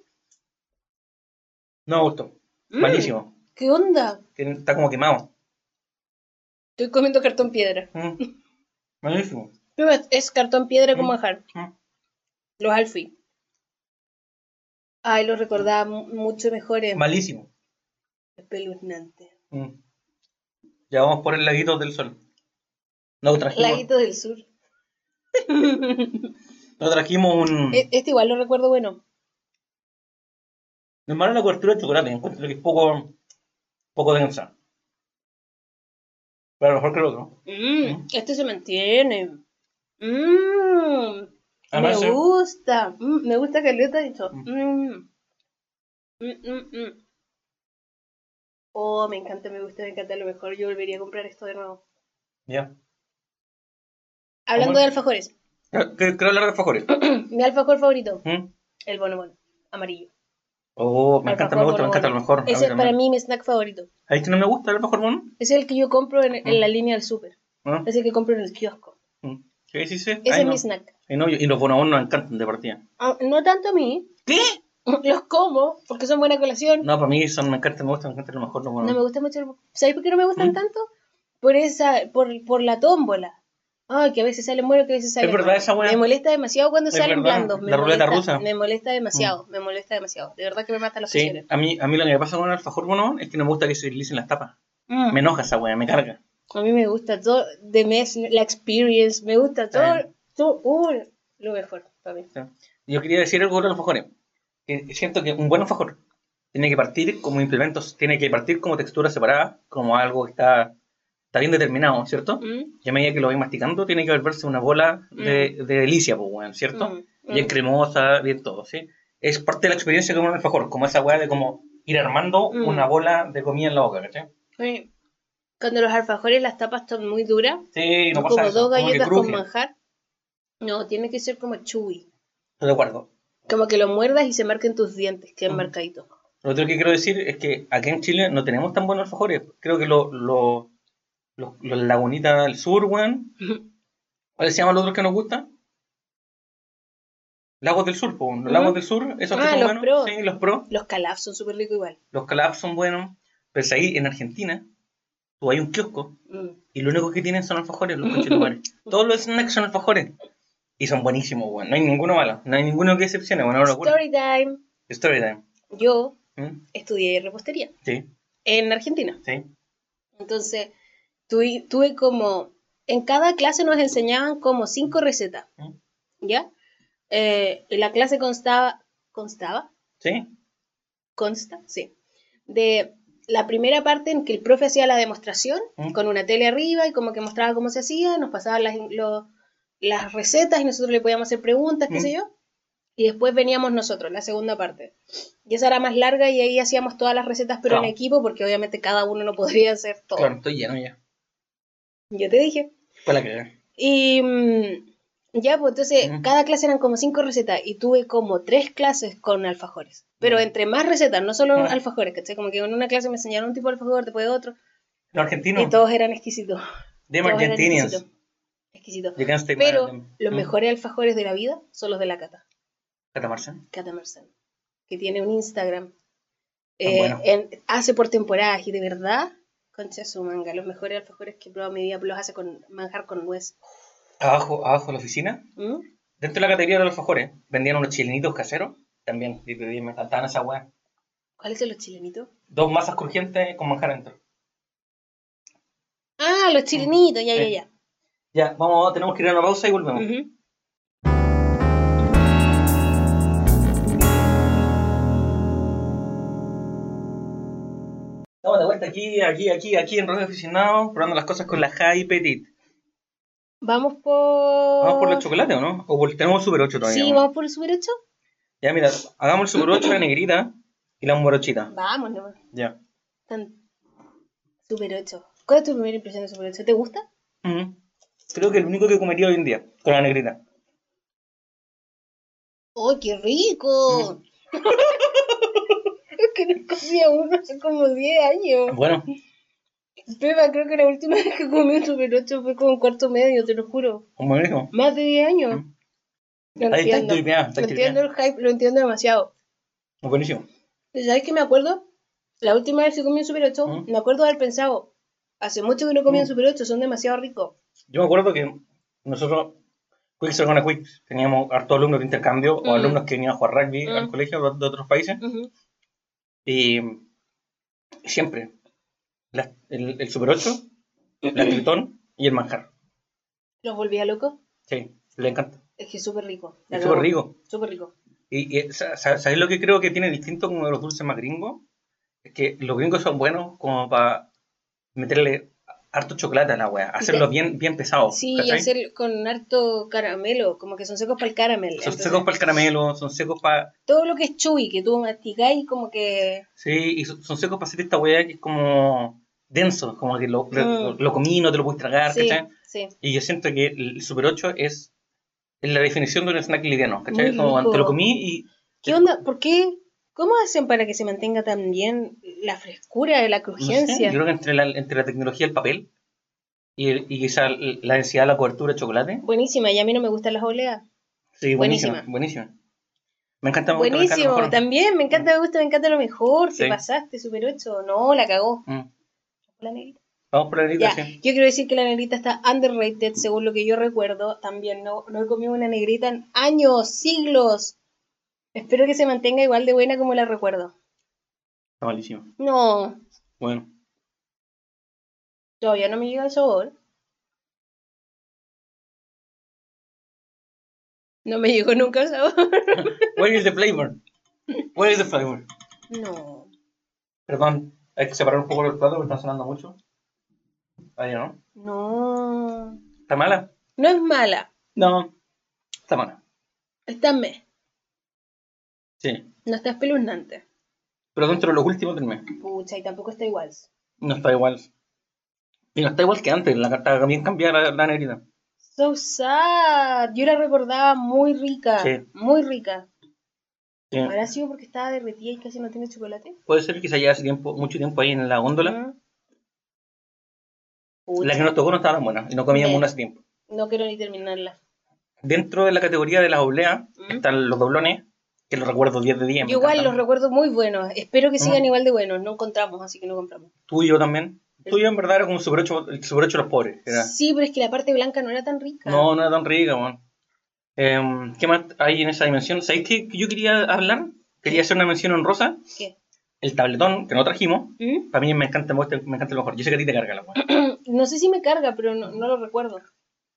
No me gustó. Mm. Malísimo. ¿Qué onda? Tiene- Está como quemado. Estoy comiendo cartón piedra. Mm. Malísimo. Pero es- Es cartón piedra con Mm. manjar. Mm. Los alfi. Ay, lo recordaba mu- mucho mejor. Es Malísimo. espeluznante. Mm. Ya vamos por el laguito del sol. No trajimos, Laguito del Sur. no trajimos un. E- Este igual lo recuerdo bueno. Me mala la cobertura de este chocolate, encuentro que es poco, poco densa. Pero a lo mejor que el otro. Mm, Ah, Este se mantiene. Mm, Además, me eh, gusta. Mm, me gusta que Leo te ha dicho. Mm. Mm. Mm, mm, mm. Oh, me encanta, me gusta, me encanta. A lo mejor yo volvería a comprar esto de nuevo. ya. Hablando ¿Cómo? de alfajores. Creo- Quiero Ah, hablar de alfajores. Mi alfajor favorito, ¿Mm? el bono bono, amarillo. Oh, me Alfajor encanta, me gusta, me bono encanta a lo bono. mejor. Ese es para mí mi snack favorito. Ahí que no me gusta el alfajor mono. Es el que yo compro en, en la línea del súper. ¿No? Es el que compro en el kiosco. ¿Mm? ¿Qué sí, sí? Ese Ay, es no. mi snack. Ay, no, Y los bonobos nos encantan de partida. Ah, No tanto a mí. ¿Qué? Los como porque son buena colación. No, para mí son, me encantan, me gustan, me encantan a lo mejor los No bonobos. me gusta mucho. el- ¿Sabéis por qué no me gustan ¿Mm? tanto? Por esa, por, por la tómbola. Ay, que a veces salen buenos, que a veces salen verdad malos. esa weá. Me molesta demasiado cuando Es salen verdad, blandos. Me la ruleta molesta- rusa. Mm. Me molesta demasiado, me molesta demasiado. De verdad que me matan las Sí, sesiones. a mí, a mí lo que me pasa con el alfajor bonobón es que no me gusta que se utilicen las tapas. Mm. Me enoja esa weá, me carga. A mí me gusta todo, de mes, la experience, me gusta todo, Sí. todo, uh, lo mejor para mí. Yo quería decir algo de los alfajores. Que siento que un buen alfajor tiene que partir como implementos, tiene que partir como textura separada, como algo que está, está bien determinado, ¿cierto? Mm, Y a medida que lo vais masticando, tiene que volverse una bola de, de delicia, pues, weón, ¿cierto? mm, Bien mm. cremosa, bien todo, ¿sí? Es parte de la experiencia de comer un alfajor, como esa weá de como ir armando Mm. una bola de comida en la boca, ¿cachai? Sí. Cuando los alfajores las tapas están muy duras, Sí, no pasa como eso, dos como que galletas con cruje. manjar, no, tiene que ser como chewy. Estoy de acuerdo. Como que lo muerdas y se marquen tus dientes, queden Mm. marcaditos. Lo otro que quiero decir es que aquí en Chile no tenemos tan buenos alfajores. Creo que los lo, lo- los Lagunitas del Sur, weón. ¿Cuál se llaman los otros que nos gustan? Lagos del Sur, po, los Ujú. Lagos del Sur, esos que Ah, son los buenos. pro. Sí, los pro. Los calafs son súper ricos igual. Los calabs son buenos. Pero si ahí en Argentina, tú hay un kiosco Mm. y lo único que tienen son alfajores, los conchetumares. Todos los snacks son alfajores. Y son buenísimos, weón. No hay ninguno malo. No hay ninguno que excepcione, weón. Una locura. Story time. Story time. Yo ¿Mm? estudié repostería Sí, en Argentina. sí. Entonces, tuve, tuve como, en cada clase nos enseñaban como cinco recetas, Mm. ¿ya? Eh, y la clase constaba, constaba, Sí. consta, sí, de la primera parte en que el profe hacía la demostración Mm. con una tele arriba y como que mostraba cómo se hacía, nos pasaba las, in- lo- las recetas y nosotros le podíamos hacer preguntas, qué Mm. sé yo. Y después veníamos nosotros, la segunda parte. Y esa era más larga y ahí hacíamos todas las recetas, pero en Claro. equipo, porque obviamente cada uno no podría hacer todo. Claro, estoy lleno ya. Yo te dije. Para la cagada. Y mm, ya, pues entonces Mm. cada clase eran como cinco recetas y tuve como tres clases con alfajores. Pero Mm. entre más recetas, no solo Mm. alfajores, ¿cachai? Como que en una clase me enseñaron un tipo de alfajor, después otro. Los argentinos. Y todos eran exquisitos. Them todos eran Argentinians. exquisitos. Exquisitos. You can stay Pero mad at them. los Mm. mejores alfajores de la vida son los de la Cata, Catamarca. Cata Marzán, que tiene un Instagram. Tan Eh, bueno. en- hace por temporadas y de verdad, concha su manga, los mejores alfajores que he probado en mi vida los hace con manjar con nuez. Abajo, abajo de la oficina. ¿Mm? Dentro de la categoría de los alfajores, vendían unos chilenitos caseros. También, y te- me encantaban esa weá. ¿Cuáles son los chilenitos? Dos masas crujientes con manjar adentro. Ah, los chilenitos, ya, ya, Sí. ya. Ya, vamos, tenemos que ir a una pausa y volvemos. Ujú. Estamos de vuelta aquí, aquí, aquí, aquí en Radio Aficionado, probando las cosas con la High Petit. Vamos por. ¿Vamos por los chocolates o no? ¿O por- tenemos Super 8 todavía? Sí, ¿no? vamos por el Super 8. Ya, mira, hagamos el Super 8, la negrita y la morochita. Vamos, no. Ya. Tan... Super 8. ¿Cuál es tu primera impresión de Super 8? ¿Te gusta? Ujú. Creo que el único que comería hoy en día, con la negrita. ¡Oh, qué rico! Mm. es que no comía uno hace como 10 años. Bueno, Pepa, creo que la última vez que comí un Super 8 fue como un cuarto medio, te lo juro. Como dijo. Más de 10 años. Mm. Ahí Lo está entiendo. turbiado, está Lo entiendo turbiado. el hype, lo entiendo demasiado. Buenísimo. Pero Pues, ¿Sabes qué me acuerdo? La última vez que comí un Super 8, Mm. me acuerdo de haber pensado, hace mucho que no comí Mm. un Super 8, son demasiado ricos. Yo me acuerdo que nosotros, Quicks Organa Quicks, teníamos hartos alumnos de intercambio Mm. o alumnos que venían a jugar rugby Mm. al colegio de, de otros países. Ujú. Y siempre, las- el, el Super 8, la Tritón y el manjar. Los volvía loco. Sí, le encanta. Es que es súper rico. la Es súper verdad, rico. Súper rico. Y, y sa- sa- ¿sabes lo que creo que tiene distinto como de los dulces más gringos? Es que los gringos son buenos como para meterle harto chocolate a la wea, hacerlo bien, bien pesado. Sí, y Oh, ¿cachai? hacer con harto caramelo, como que son secos para el caramelo. Son secos para el caramelo, son secos para. Todo lo que es chewy, que tú mastigáis, como que... Sí, y son son secos para hacer esta wea que es como denso, como que lo, lo, Mm. lo comí, no te lo puedes tragar, Sí, ¿cachai? sí. Y yo siento que el Super 8 es, es la definición de un snack liviano, ¿cachai? Muy como rico. te lo comí y. ¿Qué onda? ¿Por qué? ¿Cómo hacen para que se mantenga tan bien la frescura, No la sé, crujencia? yo creo que entre la, entre la tecnología del papel y, el- y quizá l- la densidad de la cobertura de chocolate. Buenísima, y a mí no me gustan las oleas. Sí, buenísima. Buenísima. Buenísima. Me encanta me encanta, me encanta, Buenísimo, mejor. también, me encanta, me gusta, me encanta lo mejor. Te Sí. pasaste, super 8. No, la cagó. Mm. La negrita. Vamos por la negrita, Ya, sí. yo quiero decir que la negrita está underrated, según lo que yo recuerdo. También no, no he comido una negrita en años, siglos. Espero que se mantenga igual de buena como la recuerdo. Está malísimo. No, Bueno, todavía no me llega el sabor. No me llegó nunca el sabor. where is the flavor? Where is the flavor? No. Perdón, hay que separar un poco los platos porque están sonando mucho. Ahí no. No. ¿Está mala? No es mala. No. Está mala. Está me. Sí. No está espeluznante. Pero dentro de los últimos del mes. Pucha, y tampoco está igual. No está igual. Y no está igual que antes. La carta bien cambiada la, la negrita. So sad. Yo la recordaba muy rica. Sí. Muy rica. Sí. ¿Habrá sido porque estaba derretida y casi no tiene chocolate? Puede ser que se haya hace tiempo, mucho tiempo ahí en la góndola. Mm. Pucha, La que nos tocó no estaba tan buena y no comíamos Sí. una hace tiempo. No quiero ni terminarla. Dentro de la categoría de las obleas Mm. están los doblones, que los recuerdo 10 de 10. me Yo igual los encantan. recuerdo muy buenos. Espero que sigan Mm. igual de buenos. No encontramos, así que no compramos. Tuyo también. Tuyo en verdad era como Super 8, el Super 8 de los pobres. era. Sí, pero es que la parte blanca no era tan rica. No, no era tan rica, weón. Em, ¿Qué más hay en esa dimensión? ¿Sabéis qué yo quería hablar? Quería hacer una mención honrosa. ¿Qué? El tabletón que no trajimos. ¿Mm? Para mí me encanta, me gusta- me encanta lo mejor. Yo sé que a ti te carga la weón. No sé si me carga, pero no, no lo recuerdo.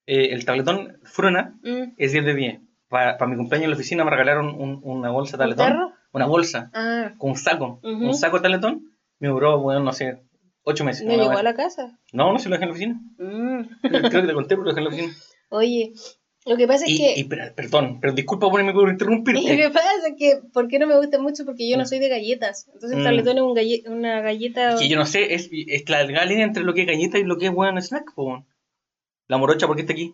Eh, el tabletón Fruna Mm. es 10 de 10. Para, mi cumpleaños en la oficina me regalaron un- una bolsa de ¿Un tabletón. tarro? Una bolsa Ah, con un saco. Ujú. Un saco de tabletón. Me duró, bueno, no sé, 8 meses. ¿no una llegó weá. a la casa? No, no, se lo dejé en la oficina. Mm. Creo que te conté, pero lo dejé en la oficina. Oye, lo que pasa es Y, que... y per- perdón, pero disculpa por, por interrumpirte. Lo que pasa es que, ¿por qué no me gusta mucho? Porque yo no Mm. soy de galletas. Entonces, Mm. el tabletón es un galle- una galleta. Es que yo no sé, es, es la delgada línea entre lo que es galleta y lo que es weón snack, po, weón. La morocha, ¿por qué está aquí?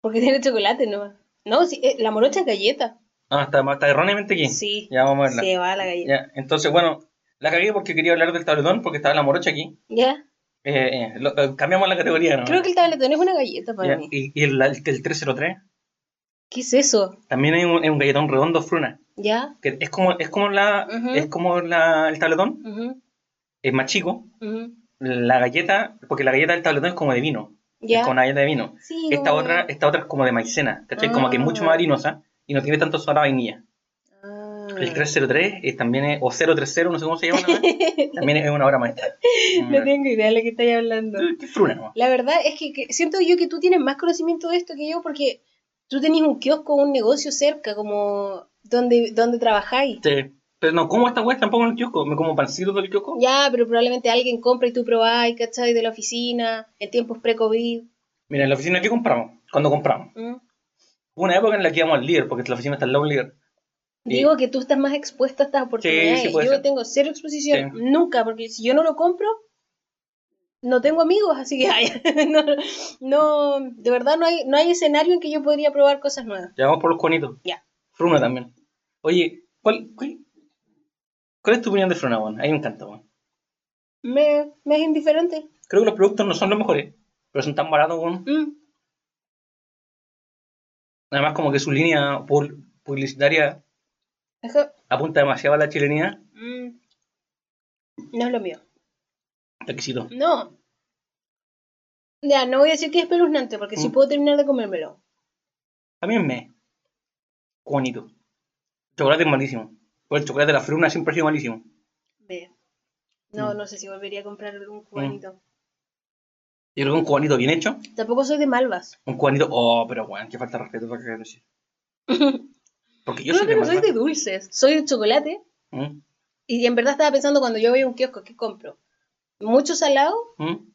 Porque tiene chocolate, ¿no? No, sí, eh, la morocha es galleta. Ah, está, está erróneamente aquí. Sí, Ya vamos a verla. se va la galleta. Ya, entonces, bueno, la cagué porque quería hablar del tabletón, porque estaba la morocha aquí. Ya. Eh, eh, lo- eh, cambiamos la categoría, ¿no? Creo que el tabletón es una galleta para Ya, mí. Y, y el, el, el 303, ¿Qué es eso? también hay un, hay un galletón redondo fruna, ¿Ya? que es como, es como, la, Ujú. es como la, el tabletón, Ujú, es más chico. ujú. La galleta, porque la galleta del tabletón es como de vino, ¿Ya? es como una galleta de vino. Sí, Esta como- otra, esta otra es como de maicena, ¿cachai? Como que es mucho más Oh. Ah. harinosa y no tiene tanto sabor a vainilla. Ah. El 303 es también es, o 030, no sé cómo se llama, la weá, también es una obra maestra. Mm. No tengo idea de lo que estáis hablando. Qué fruna, nomás. La verdad es que, que siento yo que tú tienes más conocimiento de esto que yo porque tú tenés un kiosco, un negocio cerca, como donde, donde trabajáis. Sí. Este, Pero no, como esta weá tampoco en el kiosco, me como pancito del kiosco. Ya, pero probablemente alguien compra y tú probáis, ¿cachai? De la oficina, en tiempos pre-COVID. Mira, en la oficina, ¿qué compramos? Cuando compramos. ¿Mm? Hubo una época en la que íbamos al líder, porque la oficina está al lado del líder. Sí. Digo que tú estás más expuesta a estas oportunidades. sí, puede yo ser. tengo cero exposición, Sí. nunca, porque si yo no lo compro, no tengo amigos, así que ay, no, no, de verdad no hay, no hay escenario en que yo podría probar cosas nuevas. Ya vamos por los conitos. Ya. Fruna también. Oye, ¿cuál, cuál, cuál es tu opinión de Fruna, weón? A mí me encanta, weón. Me, me es indiferente. Creo que los productos no son los mejores, pero son tan baratos, weón. Mm. Además, como que su línea pul- publicitaria Ajá. apunta demasiado a la chilenidad. Mm. No es lo mío. Exquisito. No. Ya, no voy a decir que es espeluznante, porque sí Mm. puedo terminar de comérmelo. También me. Bonito. Chocolate es malísimo. Pues el chocolate de la fruna siempre ha sido malísimo. Ve. No, Mm. no sé si volvería a comprar un cubanito. Yo creo que un cubanito bien hecho. Tampoco soy de malvas. Un cubanito. Oh, pero bueno, qué falta de respeto para que decir. Porque yo Creo soy que de no soy Malva. de dulces. Soy de chocolate. ¿Mm? Y en verdad estaba pensando cuando yo voy a un kiosco, ¿qué compro? Mucho salado, ¿Mm?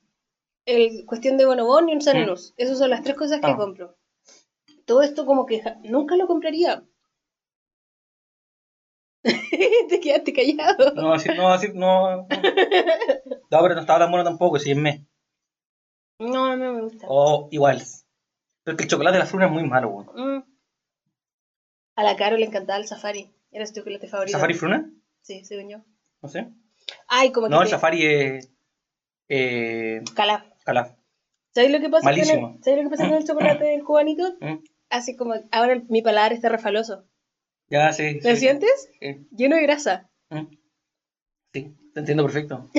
el cuestión de bonobón y un Mm. sanluz. Esas son las tres cosas que Ah. compro. Todo esto como que ja- nunca lo compraría. Te quedaste callado. No, así, no, así, no. No, No, pero no estaba tan bueno tampoco, si es me. No, no me gusta. Oh, igual. Pero es que el chocolate de la fruna es muy malo, weón. Mm. A la Caro le encantaba el safari. Era su chocolate favorito. ¿Safari fruna? Sí, según yo. No sé. Ay, como que No, el te- safari es. Eh, calaf. calaf. ¿Sabes lo que pasa? Con Malísimo. el, ¿Sabes lo que pasa con el chocolate del cubanito? ¿Mm? Así como, ahora mi paladar está refaloso. Ya, sí. ¿Lo sí. sientes? Eh, Lleno de grasa. mm. Sí, te entiendo perfecto.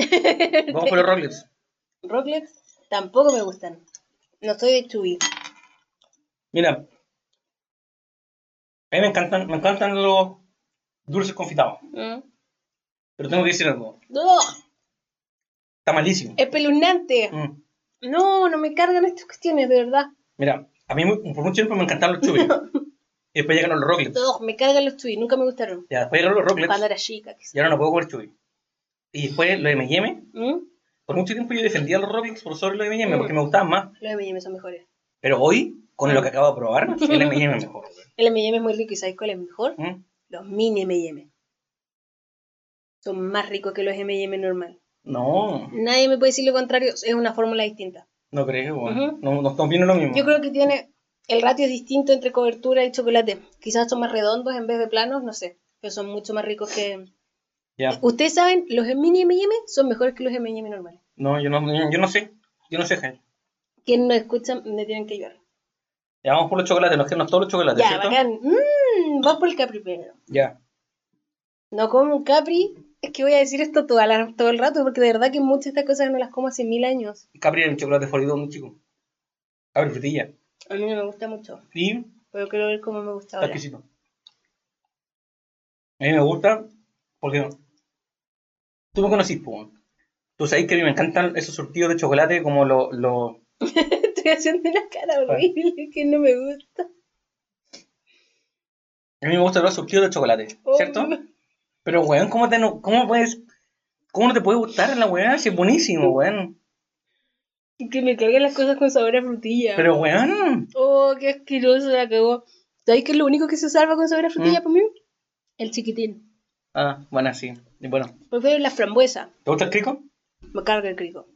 Vamos por los Rockets. Rocklets tampoco me gustan. No soy de chubby. Mira. A mí me encantan, me encantan los dulces confitados. Mm. Pero tengo que decir algo. ¡Ugh! Está malísimo. ¡Espeluznante! Mm. No, no me cargan estas cuestiones, de verdad. Mira, a mí mu- por mucho tiempo me encantaron los chubis. y después llegaron los Rocklets. Ugh, me cargan los chubby, nunca me gustaron. Ya, después llegaron los Cuando Rocklets. era chica, quizás. Y ahora no puedo comer chubis. Y después los M&M. Mm. Por mucho tiempo yo defendía los Rocklets por sobre los M&M Mm. porque me gustaban más. Los M&M son mejores. Pero hoy, con lo que acabo de probar, el M&M es mejor. El M&M es muy rico y ¿sabes cuál es mejor? Mm. Los mini M&M. Son más ricos que los M&M normal. No, Nadie me puede decir lo contrario, es una fórmula distinta. no creo. bueno. Ujú. No, no estamos viendo lo mismo. Yo creo que tiene el ratio es distinto entre cobertura y chocolate. Quizás son más redondos en vez de planos, no sé. Pero son mucho más ricos que. Eh, Ya. Ustedes saben, los mini MM son mejores que los MM normales. No, yo no, yo, yo no sé. Yo no sé, Jaime. Quienes no escuchan me tienen que llorar. Ya vamos por los chocolates, nos quedan todos los chocolates, Ya, ¿cierto? bacán. Mm, vamos por el Capri primero. Ya. No como un Capri. Es que voy a decir esto toda la- todo el rato porque de verdad que muchas de estas cosas no las como hace mil años. Capri era mi chocolate favorito de un chico. Capri frutilla. A mí no me gusta mucho, Y pero quiero ver cómo me Está gusta ahora. exquisito. A mí me gusta porque tú me conocís, po. Tú sabés que a mí me encantan esos surtidos de chocolate como los... Lo... Estoy haciendo una Ah. cara horrible que no me gusta. A mí me gustan los surtidos de chocolate, ¿cierto? Oh. Pero, weón, ¿cómo, te no, cómo, puedes, ¿cómo no te puede gustar la weá? Si es buenísimo, weón. Que me cargan las cosas con sabor a frutilla. Pero, weón, Oh, qué asqueroso la cagó. ¿Sabéis que es lo único que se salva con sabor a frutilla Mm. para mí? El chiquitín. Ah, bueno, sí. Y Bueno, Prefiero la frambuesa. ¿te gusta el crico? Me carga el crico.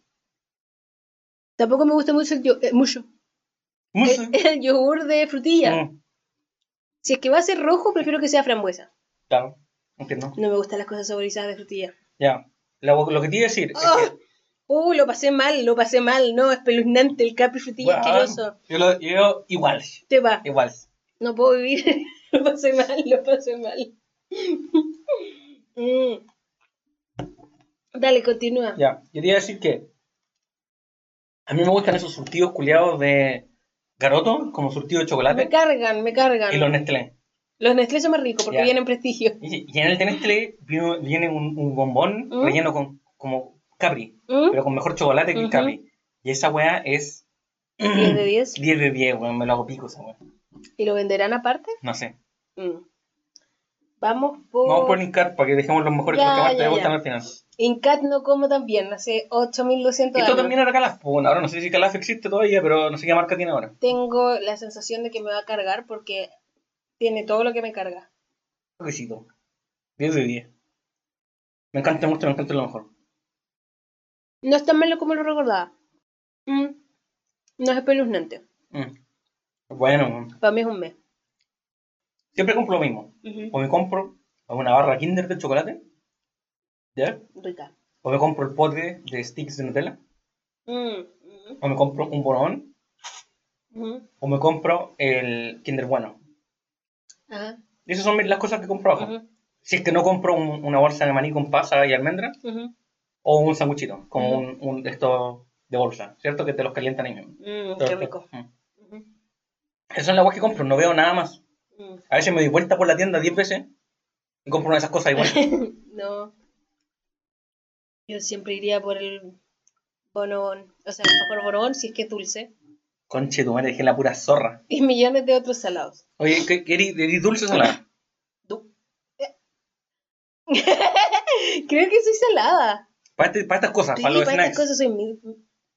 Tampoco me gusta mucho el, yo- eh, mucho. Mucho. El- el yogur de frutilla. Mm, Si es que va a ser rojo, prefiero que sea frambuesa. claro, entiendo. No me gustan las cosas saborizadas de frutilla. Ya. Lo, lo que te iba a decir es Oh, que... Uh, lo pasé mal, lo pasé mal. No, espeluznante, el capri weón, frutilla asqueroso. yo, lo, yo igual, Te va. igual. No puedo vivir. lo pasé mal, lo pasé mal. Mm. Dale, continúa. Ya, yo te iba a decir que a mí me gustan esos surtidos culiados de garoto, como surtido de Me chocolate, cargan, me cargan. y los Nestlé. Los Nestlé son más ricos porque Ya. vienen prestigio. Y, y en el de Nestlé vino- viene un, un bombón ¿Mm? relleno con como Capri, ¿Mm? pero con mejor chocolate que el Ujú. Capri. Y esa weá es 10 de 10 10. de 10, weón, me lo hago pico esa weá. ¿Y lo venderán aparte? No sé. Mm. Vamos por... Vamos a poner Incar para que dejemos los mejores Oh. Ya, los que más ya, te ya. gustan al final. Incat no como también, hace 8.200 Esto años. también era Calaf, bueno, ahora no sé si Calaf existe todavía, pero no sé qué marca tiene ahora. Tengo la sensación de que me va a cargar porque tiene todo lo que me carga. Exquisito. 10 de 10. Me encanta, me gusta, me encanta lo mejor. No es tan malo como lo recordaba. Mm. No es espeluznante. Mm. Bueno, weón. Para mí es un mes. siempre compro lo mismo. Ujú. O me compro una barra Kinder de chocolate, ¿ya? Rica. O me compro el pote de sticks de Nutella. Mm, O me compro un borón. ujú, O me compro el Kinder Bueno. ajá, Y esas son mis- las cosas que compro abajo. ujú, Si es que no compro un- una bolsa de maní con pasa y almendra. ujú, O un sanguchito. Como Ujú. un, un de estos de bolsa. ¿Cierto? Que te los calientan ahí mismo. mm, Qué rico. Mm. Ujú, Esas son las cosas que compro. No veo nada más. mm. A veces me doy vuelta por la tienda 10 veces. Y compro una de esas cosas igual. No. Yo siempre iría por el bonobón. O sea, por bonobón si es que es dulce. Conche tu madre, dejé la pura zorra. Y millones de otros salados. Oye, ¿qué, qué eres, eres dulce o salada? Du- Creo que soy salada. Para, este- para estas cosas, Sí, para los para snacks. estas cosas soy mi-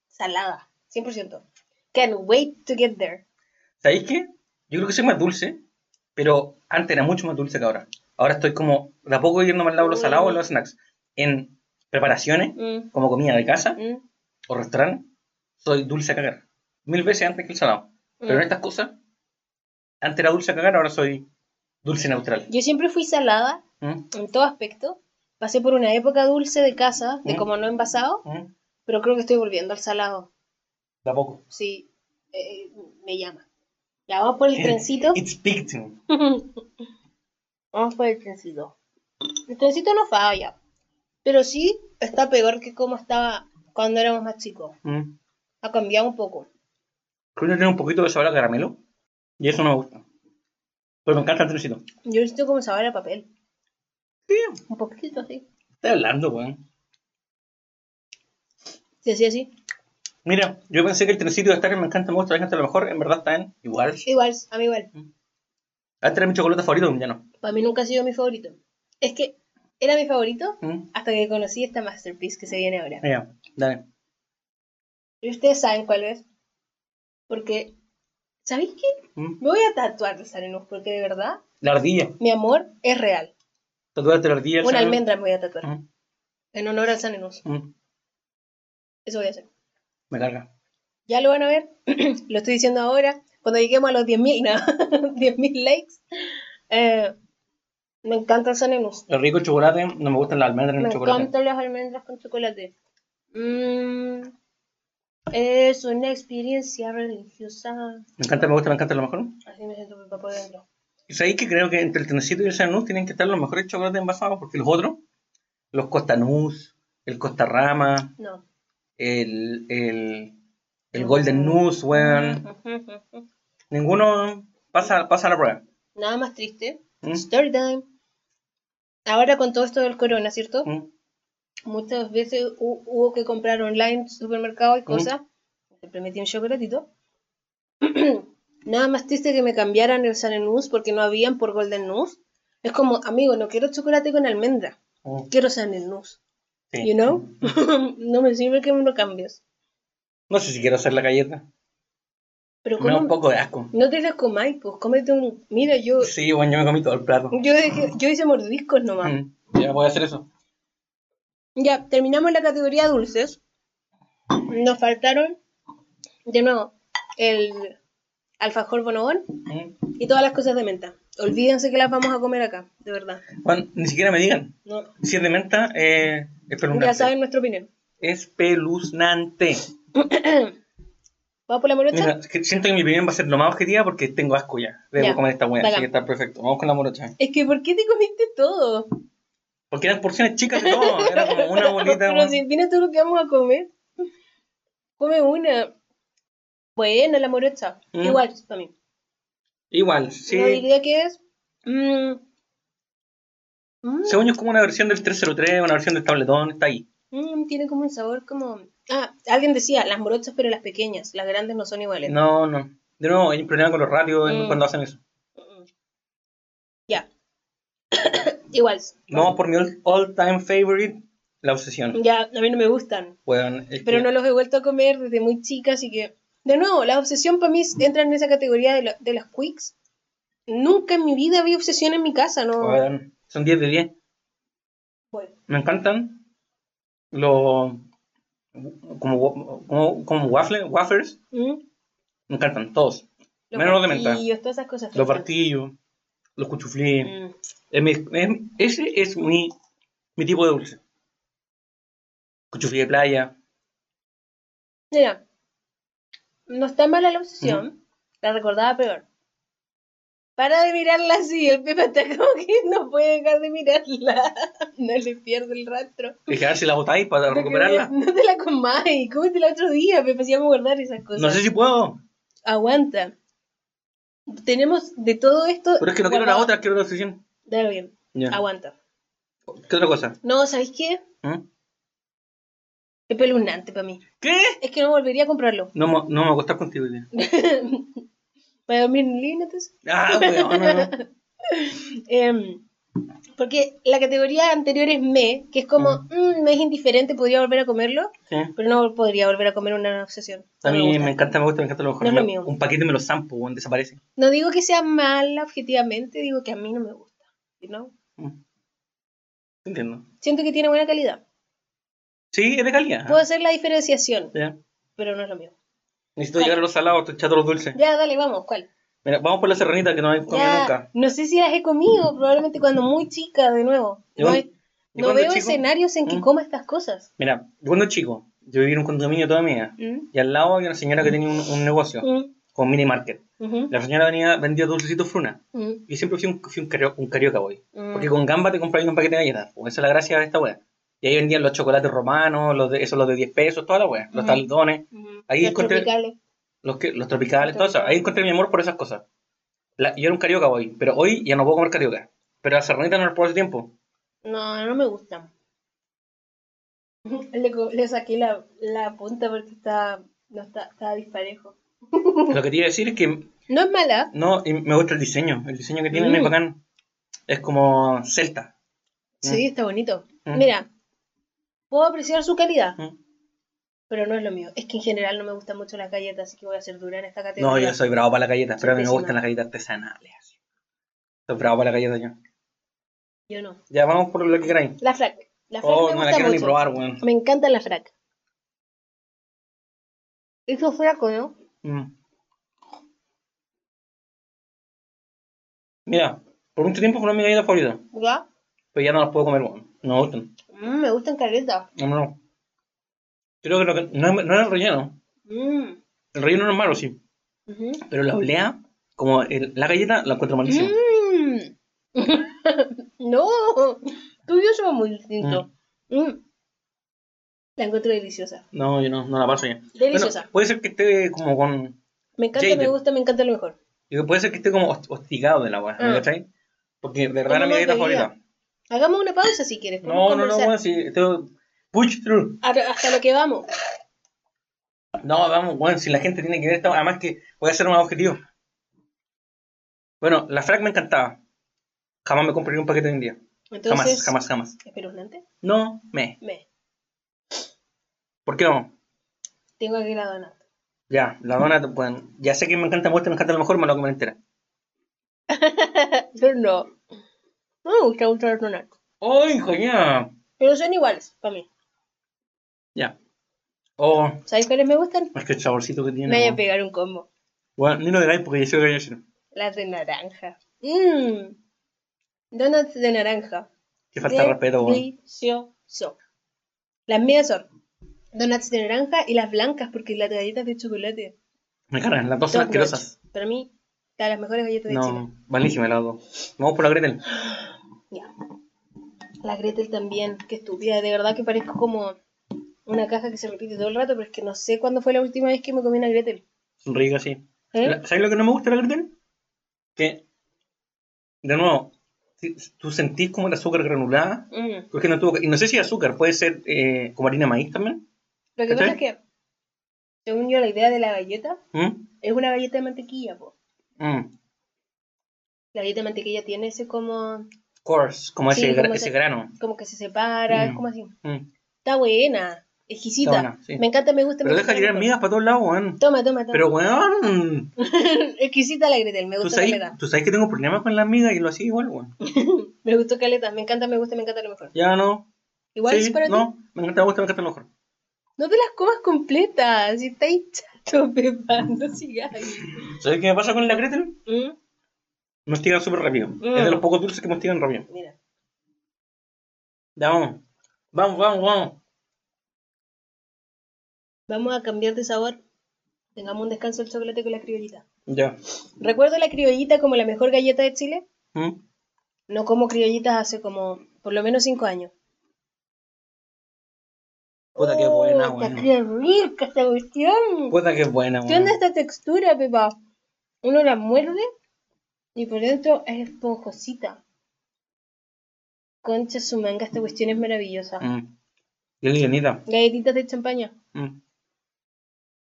salada. 100%. Can't wait to get there. ¿Sabéis qué? Yo creo que soy más dulce, pero antes era mucho más dulce que ahora. Ahora estoy como, de a poco yendo más al lado de los Uy. salados o los snacks. En preparaciones, Mm, como comida de casa mm, o restaurante, soy dulce a cagar. Mil veces antes que el salado. Pero mm. en estas cosas, antes era dulce a cagar, ahora soy dulce neutral. Yo siempre fui salada ¿Mm? en todo aspecto. Pasé por una época dulce de casa, de Mm. como no envasado, ¿Mm? pero creo que estoy volviendo al salado. De a poco. Sí, eh, me llama. Ya vamos por el trencito. It's big to me. Vamos por el trencito. El trencito no falla, pero sí está peor que como estaba cuando éramos más chicos. ¿Mm? Ha cambiado un poco. Creo que tiene un poquito de sabor a caramelo. Y eso no me gusta. Pero me encanta el trucito. Yo lo siento como sabor a papel. Sí, Un poquito así. estoy hablando, weón. Sí, así, así. Mira, yo pensé que el trencito iba a estar en Me encanta, me gusta, me encanta, a lo mejor. En verdad está en igual. Igual, a mí igual. Antes era mi chocolate favorito, ya no. Para mí nunca ha sido mi favorito. Es que era mi favorito Mm, hasta que conocí esta masterpiece que se viene ahora. Ya, dale. Y ustedes saben cuál es. Porque, ¿sabéis qué? Mm. Me voy a tatuar el Sarenus porque de verdad, La ardilla. mi amor es real. Tatuaste la ardilla. el Una sabor. almendra me voy a tatuar. En honor al Sanenus. Mm, mm, Eso voy a hacer. Me carga. Ya lo van a ver. lo estoy diciendo ahora. Cuando lleguemos a los 10.000, no, 10.000 likes. Eh, me encanta el Sanenus. El rico chocolate, no me gustan las almendras en Me el chocolate. encantan las almendras con chocolate. Mm, es una experiencia religiosa. Me encanta, me gusta, me encanta a lo mejor. Así me siento mi papá por dentro. Y sabéis que creo que entre el trencito y el sanús tienen que estar los mejores chocolates envasados, porque los otros, los costanús, el costarrama, No. el, el, el Golden News, weón. Ninguno pasa, pasa la prueba. Nada más triste. ¿Mm? Story time. Ahora con todo esto del corona, ¿cierto? ¿Mm? Muchas veces hu- hubo que comprar online, supermercado Mm. y cosas. Siempre metí un chocolatito. Nada más triste que me cambiaran el Sun News porque no habían por Golden News. Es como, amigo, no quiero chocolate con almendra, Mm, quiero Sun News. sí. You know? no me sirve que me lo cambies. No sé si quiero hacer la galleta. Pero Me da como un poco de asco. no te las comáis, pues cómete un. Mira, yo Sí, bueno, yo me comí todo el plato. yo, dejé- yo hice mordiscos nomás. Mm, Ya no voy a hacer eso. Ya, terminamos la categoría dulces. Nos faltaron, de nuevo, el alfajor bonobón Mm. y todas las cosas de menta. Olvídense que las vamos a comer acá, de verdad. Juan, ni siquiera me digan. No, Si es de menta, eh, espeluznante. ya saben nuestra opinión. Espeluznante. ¿Vamos por la morocha? Mira, es que siento que mi opinión va a ser lo más objetiva porque tengo asco ya. Debo Ya, comer esta buena, así bacán. que está perfecto. Vamos con la morocha. Es que, ¿por qué te comiste todo? Porque eran porciones chicas de todo. Era como una bolita. Pero weón. si viene todo lo que vamos a comer, come una. Bueno, la morocha. Mm. Igual, para mí. Igual, No sí. diría que es. mm, mm, Según yo es como una versión del 303, una versión del tabletón, está ahí. Mm, tiene como un sabor como... Ah, alguien decía, las morochas pero las pequeñas, las grandes no son iguales. No, no. De nuevo, hay un problema con los radios en- Mm. cuando hacen eso. Mm. Ya. Igual. Vamos por mi all- all-time favorite, la obsesión. Ya, a mí no me gustan, Weón, es pero que- no los he vuelto a comer desde muy chica, así que... De nuevo, la obsesión para mí entra en esa categoría de, lo- de las quicks. Nunca en mi vida vi obsesión en mi casa, no... weón, son 10 de 10. Bueno, Me encantan los... Como, wa- como, como waffle, waffers, mm, me encantan todos. Los Menos los de menta. platillos, todas esas cosas. Los fritas. partillos, los cuchuflíes. Mm. Es mi- es- ese es mi, mi tipo de dulce. cuchufí de playa. Mira, no está mala la obsesión, la recordaba peor. Para de mirarla así, el Pepe está como que no puede dejar de mirarla. No le pierde el rastro. Dije, a ver si la botáis para No que- recuperarla. No te la comáis, cómetela otro día, Pepe, si vamos a guardar esas cosas. No sé si puedo. Aguanta. Tenemos de todo esto. Pero es que no quiero la guardado. otra, quiero la obsesión. Dale bien, Ya. aguanta. ¿Qué otra cosa? No, ¿sabéis qué? ¿Mm? Es peluznante para mí. ¿Qué? Es que no volvería a comprarlo. No, me- no me voy a acostar contigo. hoy día. Para dormir en límites. Ah, weón, no, no. Em, porque la categoría anterior es me, que es como, "Mm, me es indiferente, podría volver a comerlo, Sí. pero no podría volver a comer una obsesión. A No, me mí me, gusta. encanta, me gusta, me encanta lo mejor. No es lo Me- mío. Un paquete me lo zampo, weón, desaparece. No digo que sea mala objetivamente, digo que a mí no me gusta. ¿no? Mm. Entiendo. Siento que tiene buena calidad. Sí, es de calidad. Puedo hacer la diferenciación, Ya. pero no es lo mío. Necesito llegar a los salados, estoy chato de los dulces. Ya, dale, vamos, ¿cuál? Mira, vamos por la serranita que no he comido Ya, nunca. No sé si las he comido, probablemente cuando muy chica, de nuevo. ¿Y No, cuán- he- ¿Y no cuándo, veo chico? escenarios en que ¿Mm? coma estas cosas. Mira, yo cuando chico, yo viví en un condominio toda mi vida. ¿Mm? Y al lado había una señora que tenía un, un negocio ¿Mm? con mini market. Ujú. La señora venía, vendía dulcecitos fruna. ¿Mm? Y siempre fui un, fui un, cario- un carioca, boy. Mm. Porque con gamba te comprabas un paquete de galletas. pues, esa es la gracia de esta wea. Y ahí vendían los chocolates romanos, los de, esos los de 10 pesos, toda la wea. Los Ujú. taldones, Ujú. Ahí Los encontré- tropicales. los, que, los tropicales, todo eso. Ahí encontré mi amor por esas cosas. La- yo era un carioca, boy. Pero hoy ya no puedo comer carioca. Pero la serranita no la puedo hace tiempo. No, no me gustan. Le, co- le saqué la, la punta porque estaba, no está, estaba disparejo. Lo que te iba a decir es que No es mala. No, y me gusta el diseño. El diseño que tienen Mm. es bacán. Es como celta. Sí, está bonito. Mm. Mira, puedo apreciar su calidad, Mm. pero no es lo mío. Es que en general no me gustan mucho las galletas, así que voy a ser dura en esta No, categoría. yo soy bravo para las galletas, pero a mí me Pésima. gustan las galletas artesanales. así. Soy bravo para las galletas yo. Yo no. Ya vamos por lo que queráis. La frac. La frac Oh, me no la gusta quiero ni mucho. probar, weón. Me encanta la frac. Eso es fraco, ¿no? Mm. Mira, por mucho tiempo fueron mi galleta favorita, ¿Ya? pero ya no las puedo comer, weón. No me gustan. Mm, me gustan caretas. No, no. Creo que, lo que- no, no era el relleno. Mm. El relleno no es malo, sí. Ujú. Pero la olea, como el- la galleta, la encuentro malísima. Mm. no, tú y yo somos muy distintos. Mm. La encuentro deliciosa. No, yo no, no la paso ya. Deliciosa. Bueno, puede ser que esté como con. me encanta, Jade. me gusta, me encanta lo mejor. digo, Puede ser que esté como host- hostigado de la weá, ¿me Ah. cachai? Porque de verdad Como era mi más dieta bebida. favorita. Hagamos una pausa si quieres. No, podemos no, no, conversar. weón, si esto. Push through. Ahora, Hasta lo que vamos. No, vamos, weón, si la gente tiene que ver esta además que voy a ser más objetivo. Bueno, la frag me encantaba. Jamás me compraría un paquete de un día. Jamás, Entonces, jamás, jamás. espeluznante. No me. Me. ¿Por qué no? Tengo aquí la donata. Ya, la dona, bueno, ya sé que me encanta mucho, me encanta a lo mejor, me lo voy a comer entera. Yo no. No me gusta mucho las donatas. ¡Ay, coña! Pero son iguales para mí. Ya. Oh, ¿Sabéis cuáles me gustan? es que el saborcito que tiene. Me voy weón. a pegar un combo. Bueno, ni lo digáis porque yo sé lo que voy a decir. Las de naranja. Mmm. Donuts de naranja. Que falta de respeto, weón. Delicioso. Las mías son donuts de naranja y las blancas, porque las galletas de chocolate. Me cargan, las dos son Top asquerosas. notch. Para mí, está de las mejores galletas de Chile. No, malísimas las dos. Vamos por la Gretel. Ya. La Gretel también, qué estúpida. De verdad que parezco como una caja que se repite todo el rato, pero es que no sé cuándo fue la última vez que me comí una Gretel. Son ricas, sí. ¿Eh? La- ¿Sabes lo que no me gusta de la Gretel? Que, de nuevo, si- tú sentís como el azúcar granulada. Mm. Porque no tuvo. Y no sé si azúcar, puede ser eh, como harina de maíz también. Lo que pasa ¿Cachai? es que, según yo, la idea de la galleta ¿Mm? es una galleta de mantequilla, po. Mm. La galleta de mantequilla tiene ese como, Coarse, como Sí, ese, gra- como ese ese- grano. como que se separa, es Mm. como así. Mm. Está buena, exquisita. Está buena, sí. Me encanta, me gusta. Pero me deja gusta, me tirar gusta. migas para todos lados, weón. Toma, toma, toma. Pero, weón. exquisita la Gretel, me Tú gusta sabes, caleta. tú sabes que tengo problemas con las migas y lo hacía igual, weón. Me gustó caleta, me encanta, me gusta, me encanta lo mejor. Ya no. Igual sí, es para ti. no, me encanta, me gusta, me encanta lo mejor. No te las comas completas, si estáis chato, Pepa, no sigas. ¿Sabes qué me pasa con la Gretel? Mm, Mastigan súper rápido. Es de los pocos dulces que mastigan rápido. Mira. Ya vamos. Vamos, vamos, vamos. Vamos a cambiar de sabor. Tengamos un descanso el chocolate con la criollita. Ya. Recuerdo la criollita como la mejor galleta de Chile. ¿Mm? No como criollitas hace como por lo menos cinco años. Puta que buena, Oh, está weón. qué rica esta cuestión! Puta que buena, ¿Qué onda weón. esta textura, Pepa? Uno la muerde y por dentro es esponjosita. Concha su manga, esta cuestión es maravillosa. Mm. Qué livianita. Galletitas de champaña, Mm.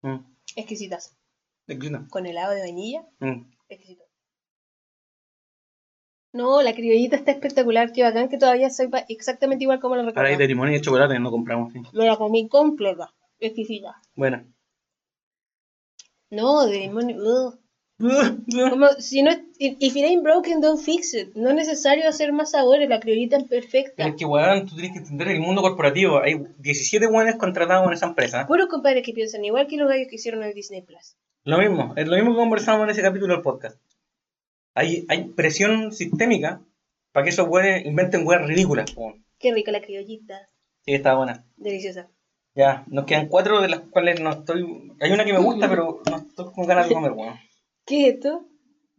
Mm. exquisitas. Exquisita. Con helado de vainilla, Mm. exquisito. No, la criollita está espectacular, qué bacán que todavía sepa exactamente igual como la Ahora hay recuerdo. de limón y de chocolate, no compramos. sí. Me la comí completa, exquisita. Buena. No, de limón. ugh. Como si no, if it ain't broken, don't fix it. No es necesario hacer más sabores, la criollita es Pero perfecta. es que, weón, tú tienes que entender el mundo corporativo. Hay 17 weones contratados en esa empresa. Puros compadres que piensan igual que los gallos que hicieron el Disney Plus. Lo mismo, es lo mismo que conversamos en ese capítulo del podcast. Hay, hay presión sistémica para que esos weones inventen weas ridículas. po. Qué rica la criollita, Sí, está buena. deliciosa. Ya, nos quedan cuatro de las cuales no estoy. Hay una que me gusta, pero no estoy con ganas de comer, weón. ¿Qué es esto?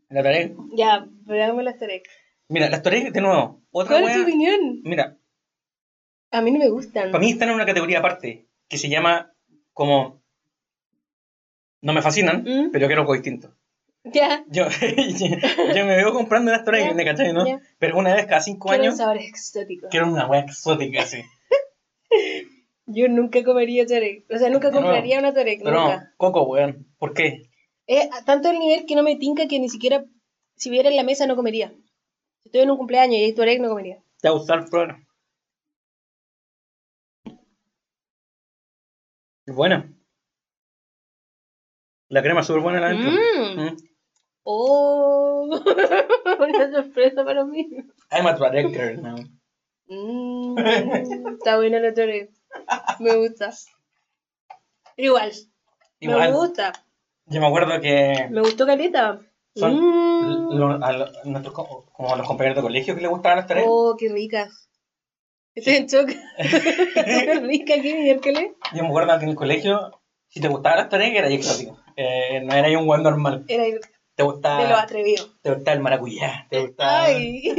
La tarea. Ya, veamos las tres. Mira, las tareas, de nuevo, otra ¿Cuál es tu wea. opinión? Mira, A mí no me gustan. para mí están en una categoría aparte que se llama como. No me fascinan, ¿Mm? pero quiero algo distinto. Ya, Yo, yo me veo comprando unas Torres, Ya, ¿me cachai, no? ya. Pero una vez cada cinco quiero años sabores exóticos. quiero una wea exótica así. Yo nunca comería Tarek. O sea, nunca De nuevo. compraría una Tarek, Pero no, nunca. Coco, weón. ¿Por qué? Es a tanto el nivel que no me tinca que ni siquiera si viera en la mesa no comería. Si estoy en un cumpleaños y hay Tarek, no comería. Te va a gustar el programa. Es buena. La crema es súper buena la dentro. Mm. Oh, una sorpresa para mí. I'm a Tuareg girl now. Mm, está buena la torre. Me gusta. Igual, me Igual, gusta. yo me acuerdo que Me gustó Caleta. son Mm. lo- a lo- nuestros co- como a los compañeros de colegio que les gustaban las tareas. Oh, qué ricas. Estoy en shock. qué rica, qué miércoles. Yo me acuerdo que en el colegio, si te gustaban las tareas, eras exótico. Eh, no eras un weón normal. Era de Te lo gustaba, atrevido. te gustaba el maracuyá, te gustaba... Ay.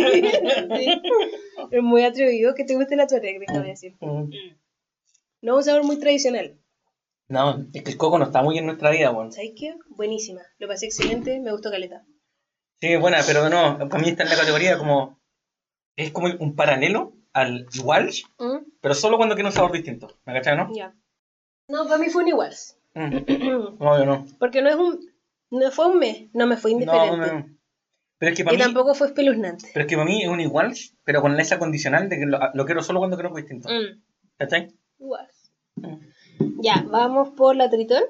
Sí. Es muy atrevido que te guste la torre, déjame decir. Mm. No, un sabor muy tradicional. No, es que el coco no está muy en nuestra vida, weón. ¿Sabes qué? Buenísima. Lo pasé excelente, me gustó Caleta. Sí, buena, pero no, para mí está en la categoría como... Es como un paralelo al Walsh, Mm, pero solo cuando tiene un sabor distinto. ¿Me cachai, no? Ya. No, para mí fue un igual. Mm. No, yo no. Porque no es un. No fue un mes, no me fue indiferente. No, no, no. Pero es que Y para mí... tampoco fue espeluznante. Pero es que para mí es un igual, pero con esa condicional de que lo, lo quiero solo cuando quiero algo distinto. Mm, ¿Cachai? igual. Ya, vamos por la Tritón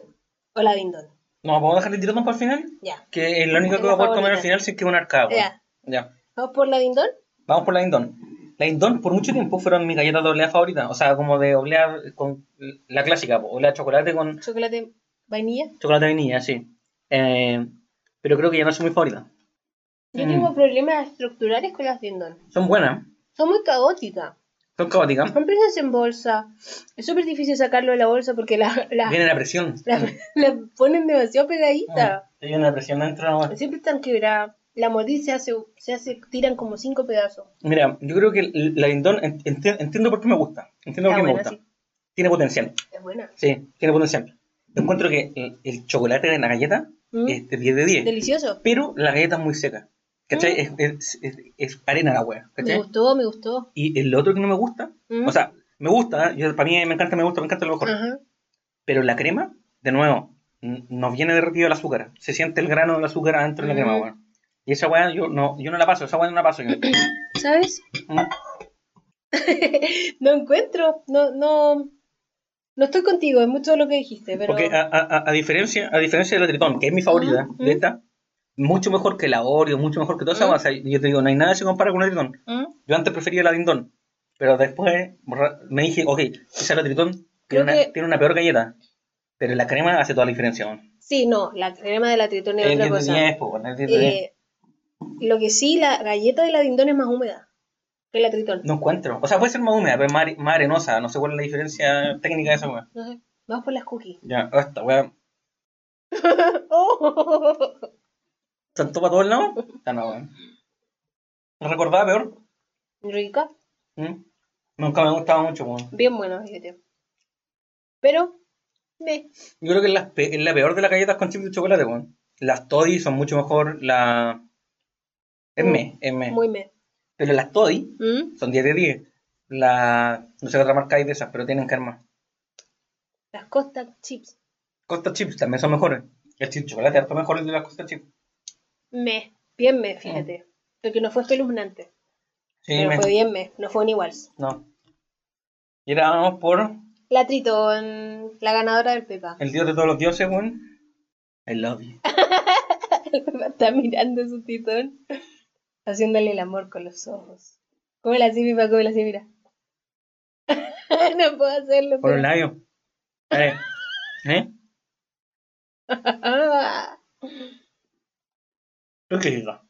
o la Bindón. No, ¿podemos dejar el tirotón para el final? Ya, Que es lo único Es que la voy a poder comer favorita. al final si es que es una arcada. weón. ya. Ya. Vamos por la Bindón. Vamos por la Indón. La Indón por mucho tiempo fueron mis galletas de oblea favorita. O sea, como de oblea con la clásica, po, oblea de chocolate con Chocolate, vainilla. chocolate de vainilla, sí. Eh, pero creo que ya no son muy favoritas. Yo Mm. tengo problemas estructurales con las Bindón. Son buenas, Son muy caóticas. son caóticas. Son presas en bolsa. Es súper difícil sacarlo de la bolsa porque la, la, Viene la presión. la- la ponen demasiado pegadita. Mm, Viene la presión dentro. weón. Siempre están quebradas. La mordida se hace, se hace, tiran como cinco pedazos. Mira, yo creo que la Indón ent- enti- entiendo por qué me gusta. Entiendo por Está qué me buena, gusta. Ah, sí. Tiene potencial. Es buena. Sí, tiene potencial. Yo encuentro que el, el chocolate de la galleta Mm. es de 10 de 10. Delicioso. pero la galleta es muy seca. ¿Cachai? Es, es- es- es arena la wea. Mm. Me ¿Cachai? gustó, me gustó. Y el otro que no me gusta, Mm. o sea, me gusta, ¿eh? yo, para mí me encanta, me gusta, me encanta lo mejor. Ajá. Pero la crema, de nuevo, n- nos viene derretido el azúcar. Se siente el grano del azúcar adentro de la crema, Ujú. weón. Y esa weá yo no, yo no la paso, esa weá no la paso. yo. ¿Sabes? Mm. No encuentro, no, no, no estoy contigo, es mucho lo que dijiste, pero Porque a, a- a- a diferencia, a diferencia de la Tritón, que es mi favorita, Ujú, ujú. de esta, mucho mejor que la Oreo, mucho mejor que toda esa Ujú. weá. O sea, yo te digo, no hay nada que se compara con la Tritón. ¿Mm? Yo antes prefería la Dindón, pero después borra- me dije, ok, quizá la Tritón tiene Creo una, que- tiene una peor galleta, pero la crema hace toda la diferencia. weón. sí, no, la crema de la tritón es Es otra 10 de cosa. 10, po, weón, es 10 de 10. Eh, lo que sí, la galleta de la dindón es más húmeda que Mm. la tritón. No encuentro. O sea, puede ser más húmeda, pero más, are- más arenosa. No sé cuál es la diferencia técnica de esa weá. No sé. Vamos por las cookies. Ya, esta weá. Oh. ¿Saltó para todos lados? Ah, no, weón. ¿Lo recordaba peor? Rica. ¿Mm? Nunca me gustaba mucho, weón. Bien bueno, fíjate. Pero, me. Yo creo que es la, pe- es la peor de las galletas con chip de chocolate, weón. Las Toddy son mucho mejor, la... Es Mm. me, es me. Muy me. Pero las Toddy ¿Mm? son 10 de 10. La... No sé qué otra marca hay de esas, pero tienen que armar. Las Costa Chips. Costa Chips también son mejores. El chip de chocolate es harto mejor el de las Costa Chips. Me. Bien me, fíjate. Porque no fue espeluznante. Ah. Sí, pero me- fue bien me. No fue un igual. No. Y ahora vamos por La Tritón, la ganadora del Pepa. el dios de todos los dioses, weón. I love you. El Pepa está mirando su tritón, haciéndole el amor con los ojos. Cómela así, Pepa, cómela así, mira. no puedo hacerlo. Por pero- los labios. Eh. ¿Eh? Ah. Lo que diga.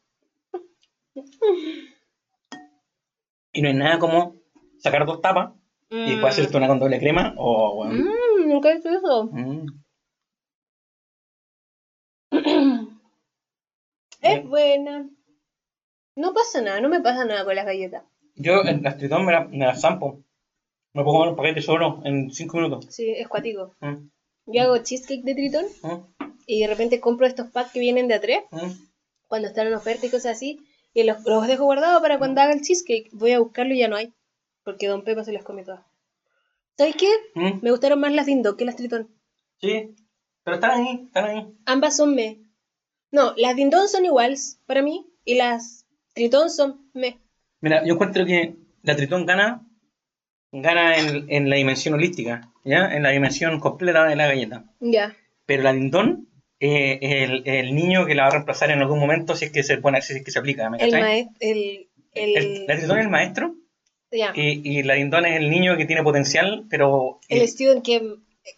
Y no hay nada como sacar dos tapas y después hacerte una con doble crema. Oh, weón. Mm, nunca he hecho eso. Mm. Es Mm. buena. No pasa nada, no me pasa nada con las galletas. Yo en las tritón me las la zampo. Me puedo comer un paquete solo en 5 minutos. Sí, es cuático. Mm, Yo hago cheesecake de tritón mm, y de repente compro estos packs que vienen de a tres mm. cuando están en oferta y cosas así. Y los, los dejo guardados para Mm. cuando haga el cheesecake. Voy a buscarlo y ya no hay. Porque Don Pepa se los come todas. ¿Sabes qué? Mm. Me gustaron más las Dindo que las Tritón. Sí. Pero están ahí, están ahí. Ambas son me. No, las Dindon son iguales para mí y las Tritón son me. Mira, yo encuentro que la Tritón gana, gana en, en la dimensión holística, ¿ya? En la dimensión completa de la galleta. Ya. Pero la Dindón eh, es el, el niño que la va a reemplazar en algún momento si es que se pone, si es que se aplica, ¿me El cachai? maestro. El. el- El- la Tritón es el maestro ya. y, y la Dindón es el niño que tiene potencial, pero, El eh, student que,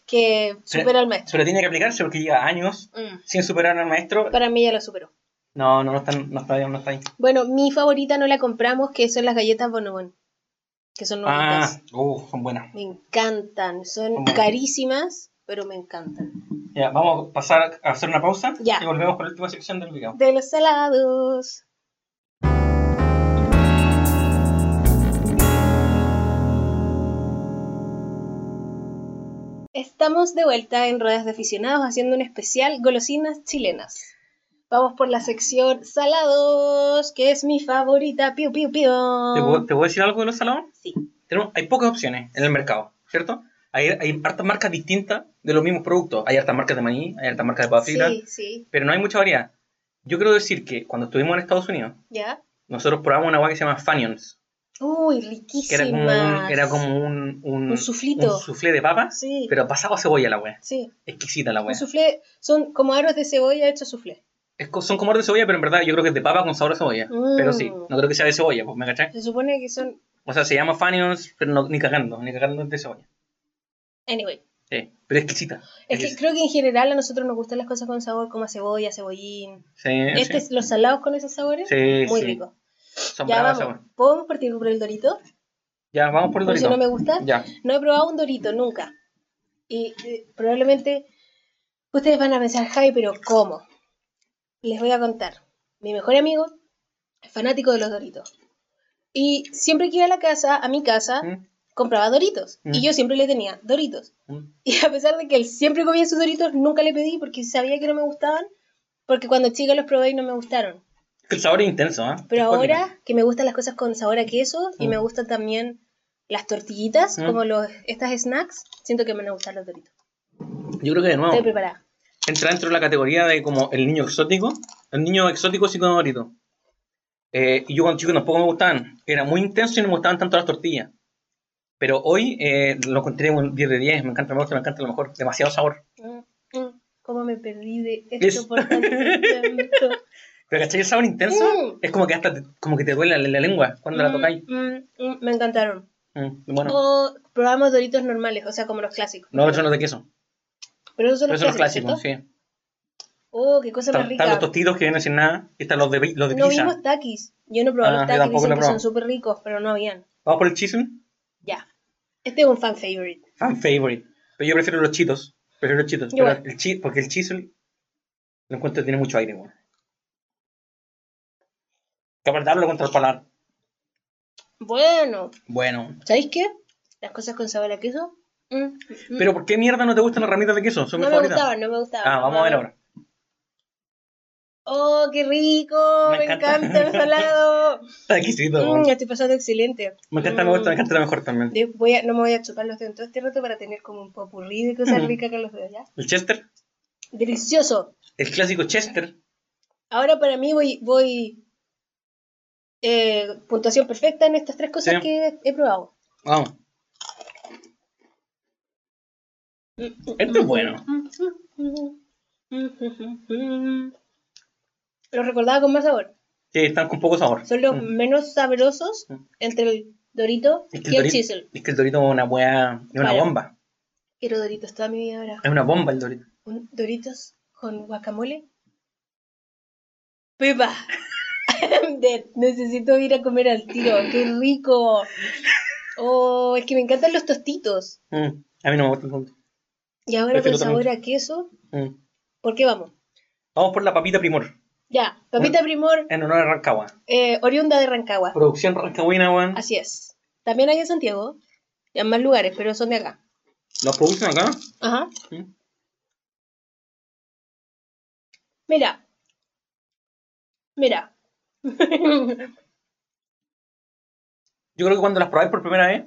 que supera al maestro. pero tiene que aplicarse porque lleva años Mm. sin superar al maestro. Para mí ya lo superó. No, no, no está, no está, no está ahí. Bueno, mi favorita no la compramos, que son las galletas Bonobon. Que son Ah, nuevas. uh, son buenas. Me encantan, son Como- carísimas, pero me encantan. Ya, vamos a pasar a hacer una pausa Ya. y volvemos con la última sección del video. De los salados. Estamos de vuelta en Ruedas de Aficionados haciendo un especial Golosinas Chilenas. Vamos por la sección salados, que es mi favorita. Piu, piu, piu. ¿Te puedo, te puedo decir algo de los salados? Sí. Tenemos, hay pocas opciones en el mercado, ¿cierto? Hay, hay hartas marcas distintas de los mismos productos. Hay hartas marcas de maní, hay hartas marcas de papas fritas, Sí, sí, pero no hay mucha variedad. Yo quiero decir que cuando estuvimos en Estados Unidos, ya. nosotros probamos una agua que se llama Fanions, Uy, que era como un, riquísimas. era como un, un, Un suflito. un soufflé de papas, Sí, pero pasado a cebolla la wea. sí. Exquisita la Un wea. soufflé, son como aros de cebolla hecho soufflé. Es co- son como de cebolla, pero en verdad yo creo que es de papa con sabor a cebolla. Mm. Pero sí, no creo que sea de cebolla, pues me caché. Se supone que son. O sea, se llama Fanions, pero no- ni cagando, ni cagando es de cebolla. Anyway. Sí, pero exquisita. Es que creo que en general a nosotros nos gustan las cosas con sabor como a cebolla, cebollín. Sí, Este sí. es los salados con esos sabores. Sí, Muy sí. rico. Son Ya bravas, vamos. son- ¿Podemos partir por el dorito? Ya, vamos por el Por si dorito. no me gusta. Ya. No he probado un dorito nunca. Y eh, probablemente ustedes van a pensar, Javi, pero ¿cómo? Les voy a contar. Mi mejor amigo es fanático de los doritos. Y siempre que iba a la casa, a mi casa, Mm, compraba doritos. Mm. Y yo siempre le tenía doritos. mm. Y a pesar de que él siempre comía sus doritos, nunca le pedí porque sabía que no me gustaban. Porque cuando chica los probé y no me gustaron. El sabor es intenso, ¿ah? Pero Es cuático. ahora que me gustan las cosas con sabor a queso y Mm. me gustan también las tortillitas, Mm. como los, estas snacks, siento que me van a gustar los doritos. Yo creo que de nuevo Estoy preparada. entra dentro de la categoría de como el niño exótico. El niño exótico sí con dorito. Eh, y yo cuando chico tampoco me gustaban. Era muy intenso y no me gustaban tanto las tortillas. Pero hoy eh, lo encontré un 10 de 10. Me encanta, me gusta, me encanta a lo mejor. Demasiado sabor. Mm, mm. ¿Cómo me perdí de Es- esto por tanto tiempo? Pero ¿cachai? El sabor intenso Mm. es como que hasta te- como que te duele la, la lengua cuando la Mm, tocáis. mm, mm, me encantaron. Mm, bueno, O probamos doritos normales, o sea, como los clásicos. no, eso no es de queso. Pero esos son Pero los son los clásicos. clásicos, ¿cierto? sí. Oh, qué cosa Están más están rica. los tostitos que vienen sin nada. Y están los de, pi- los de No pizza. vimos taquis. Yo no probé Ah, yo los taquis, tampoco dicen lo que probé. son súper ricos, pero no habían. Vamos por el chisme. Ya. Este es un fan favorite. Fan favorite. Pero yo prefiero los chitos. Prefiero los chitos. Yo pero igual. el chi- porque el chisel lo encuentro que tiene mucho aire, weón. Que apretarlo contra el paladar. Bueno, Bueno. ¿sabéis qué? Las cosas con sabor a queso. mm, mm. Pero ¿por qué mierda no te gustan las ramitas de queso? Son mis no me favoritas. gustaban, no me gustaban. ah, vamos a ver ahora. Oh, qué rico, Me me, encanta. encanta. el salado. Está exquisito, Mm, weón. estoy pasando excelente. Me encanta, me gusta, me encanta la mejor también. De- voy a- no me voy a chupar los dedos todo este rato para tener como un popurrí de cosas Mm. ricas con los dedos, ¿ya? El Chester, Delicioso. el clásico Chester. Ahora para mí voy, voy eh, puntuación perfecta en estas tres cosas Sí. que he probado. Vamos. Mm, Este es bueno. Los recordaba con más sabor. Sí, están con poco sabor. Son los Mm. menos sabrosos Mm. entre el dorito Es que el y el Dorito- chisel. Es que el dorito es una weá. Es una Vale. bomba. Quiero doritos toda mi vida ahora. Es una bomba el dorito. Un- doritos con guacamole. Pepa. I'm dead. Necesito ir a comer al tiro. ¡Qué rico! Oh, es que me encantan los tostitos. Mm. A mí no me gusta el punto. Y ahora Prefiero con sabor a queso. Mm. ¿Por qué vamos? Vamos por la papita primor. Ya, papita primor, En honor a Rancagua. eh, oriunda de Rancagua. Producción Rancagüina, weón. Así es. También hay en Santiago. y En más lugares, pero son de acá. ¿La producen acá? Ajá. Mm. Mira. Mira. Yo creo que cuando las probáis por primera vez,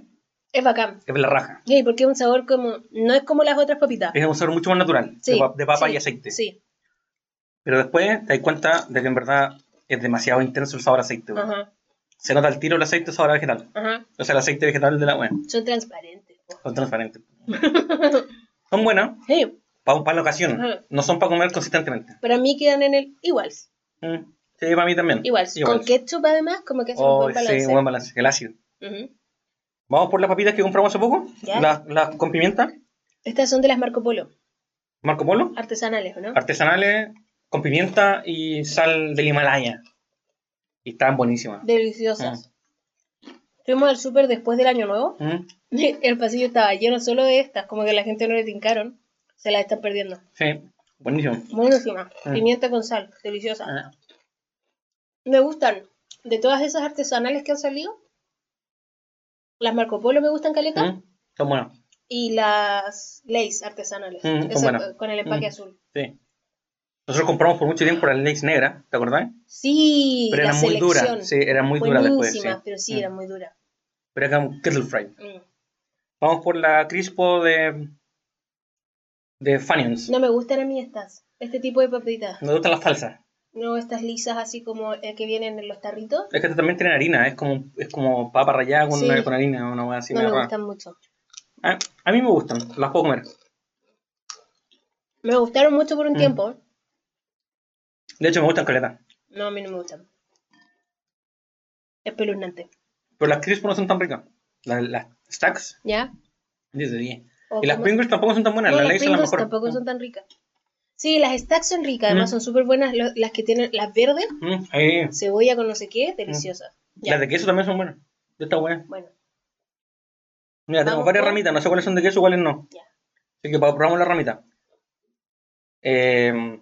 es bacán. es la raja. Sí, porque es un sabor como. No es como las otras papitas. Es un sabor mucho más natural. Sí, de, pa- de papa sí, y aceite. Sí. Pero después te das cuenta de que en verdad es demasiado intenso el sabor a aceite, weón. Ajá. Se nota el tiro el aceite sabor a vegetal. Ajá. O sea, el aceite vegetal de la weá. Son transparentes. po. Son transparentes. Son buenas Sí. para la ocasión. Ajá. No son para comer consistentemente. Para mí quedan en el. Igual. Mm. Sí, para mí también. Igual. Igual. Con ketchup además, como que hace un Oh, buen balance. sí, buen balance. El ácido. Ujú. Vamos por las papitas que compramos hace poco. Ya. Las, las con pimienta. Estas son de las Marco Polo. Marco Polo. Artesanales, ¿o no? artesanales con pimienta y sal del Himalaya. Y estaban buenísimas. Deliciosas. Ah. Fuimos al súper después del año nuevo. Mm, El pasillo estaba lleno solo de estas, como que la gente no le tincaron. Se las están perdiendo. Sí, buenísimo. Buenísima. Mm. Pimienta con sal, deliciosa. Ah, Me gustan. De todas esas artesanales que han salido, las Marco Polo me gustan caleta mm, Son buenas. y las Lays artesanales. Mm, son Esas buenas. con el empaque Mm. azul. Sí. Nosotros compramos por mucho tiempo las leyes negras, ¿te acordás? Sí, Pero la eran muy selección. duras. Sí, eran muy duras después. Sí. Buenísimas, pero sí, Mm. eran muy duras. Pero acá un kettle fry. Mm. Vamos por la crispo de. de Fanions. No me gustan a mí estas. Este tipo de papitas. Nos gustan las falsas. No estas lisas así como eh, que vienen en los tarritos. Es que estas también tienen harina, es como, es como papa rallada con, Sí. con harina, una hueá así. no media me rara. gustan mucho. A, a mí me gustan, las puedo comer. Me gustaron mucho por un Mm. tiempo. De hecho, me gustan caleta. No, a mí no me gustan. Espeluznante. Pero las crispo no son tan ricas. Las, las stacks, ¿Ya? 10 de 10. O Y las como- Pringles tampoco son tan buenas. No, las las leyes son las Pringles mejores. tampoco son tan ricas. Sí, las stacks son ricas, Mm. además son súper buenas. lo- Las que tienen, las verdes, Mm, ahí. cebolla con no sé Mm. qué, deliciosas. Ya. Las de queso también son buenas. De estas buenas. Bueno, Mira, tenemos Vamos varias por- ramitas. No sé cuáles son de queso, cuáles no. Ya. Así que pa- probamos la ramita. Eh,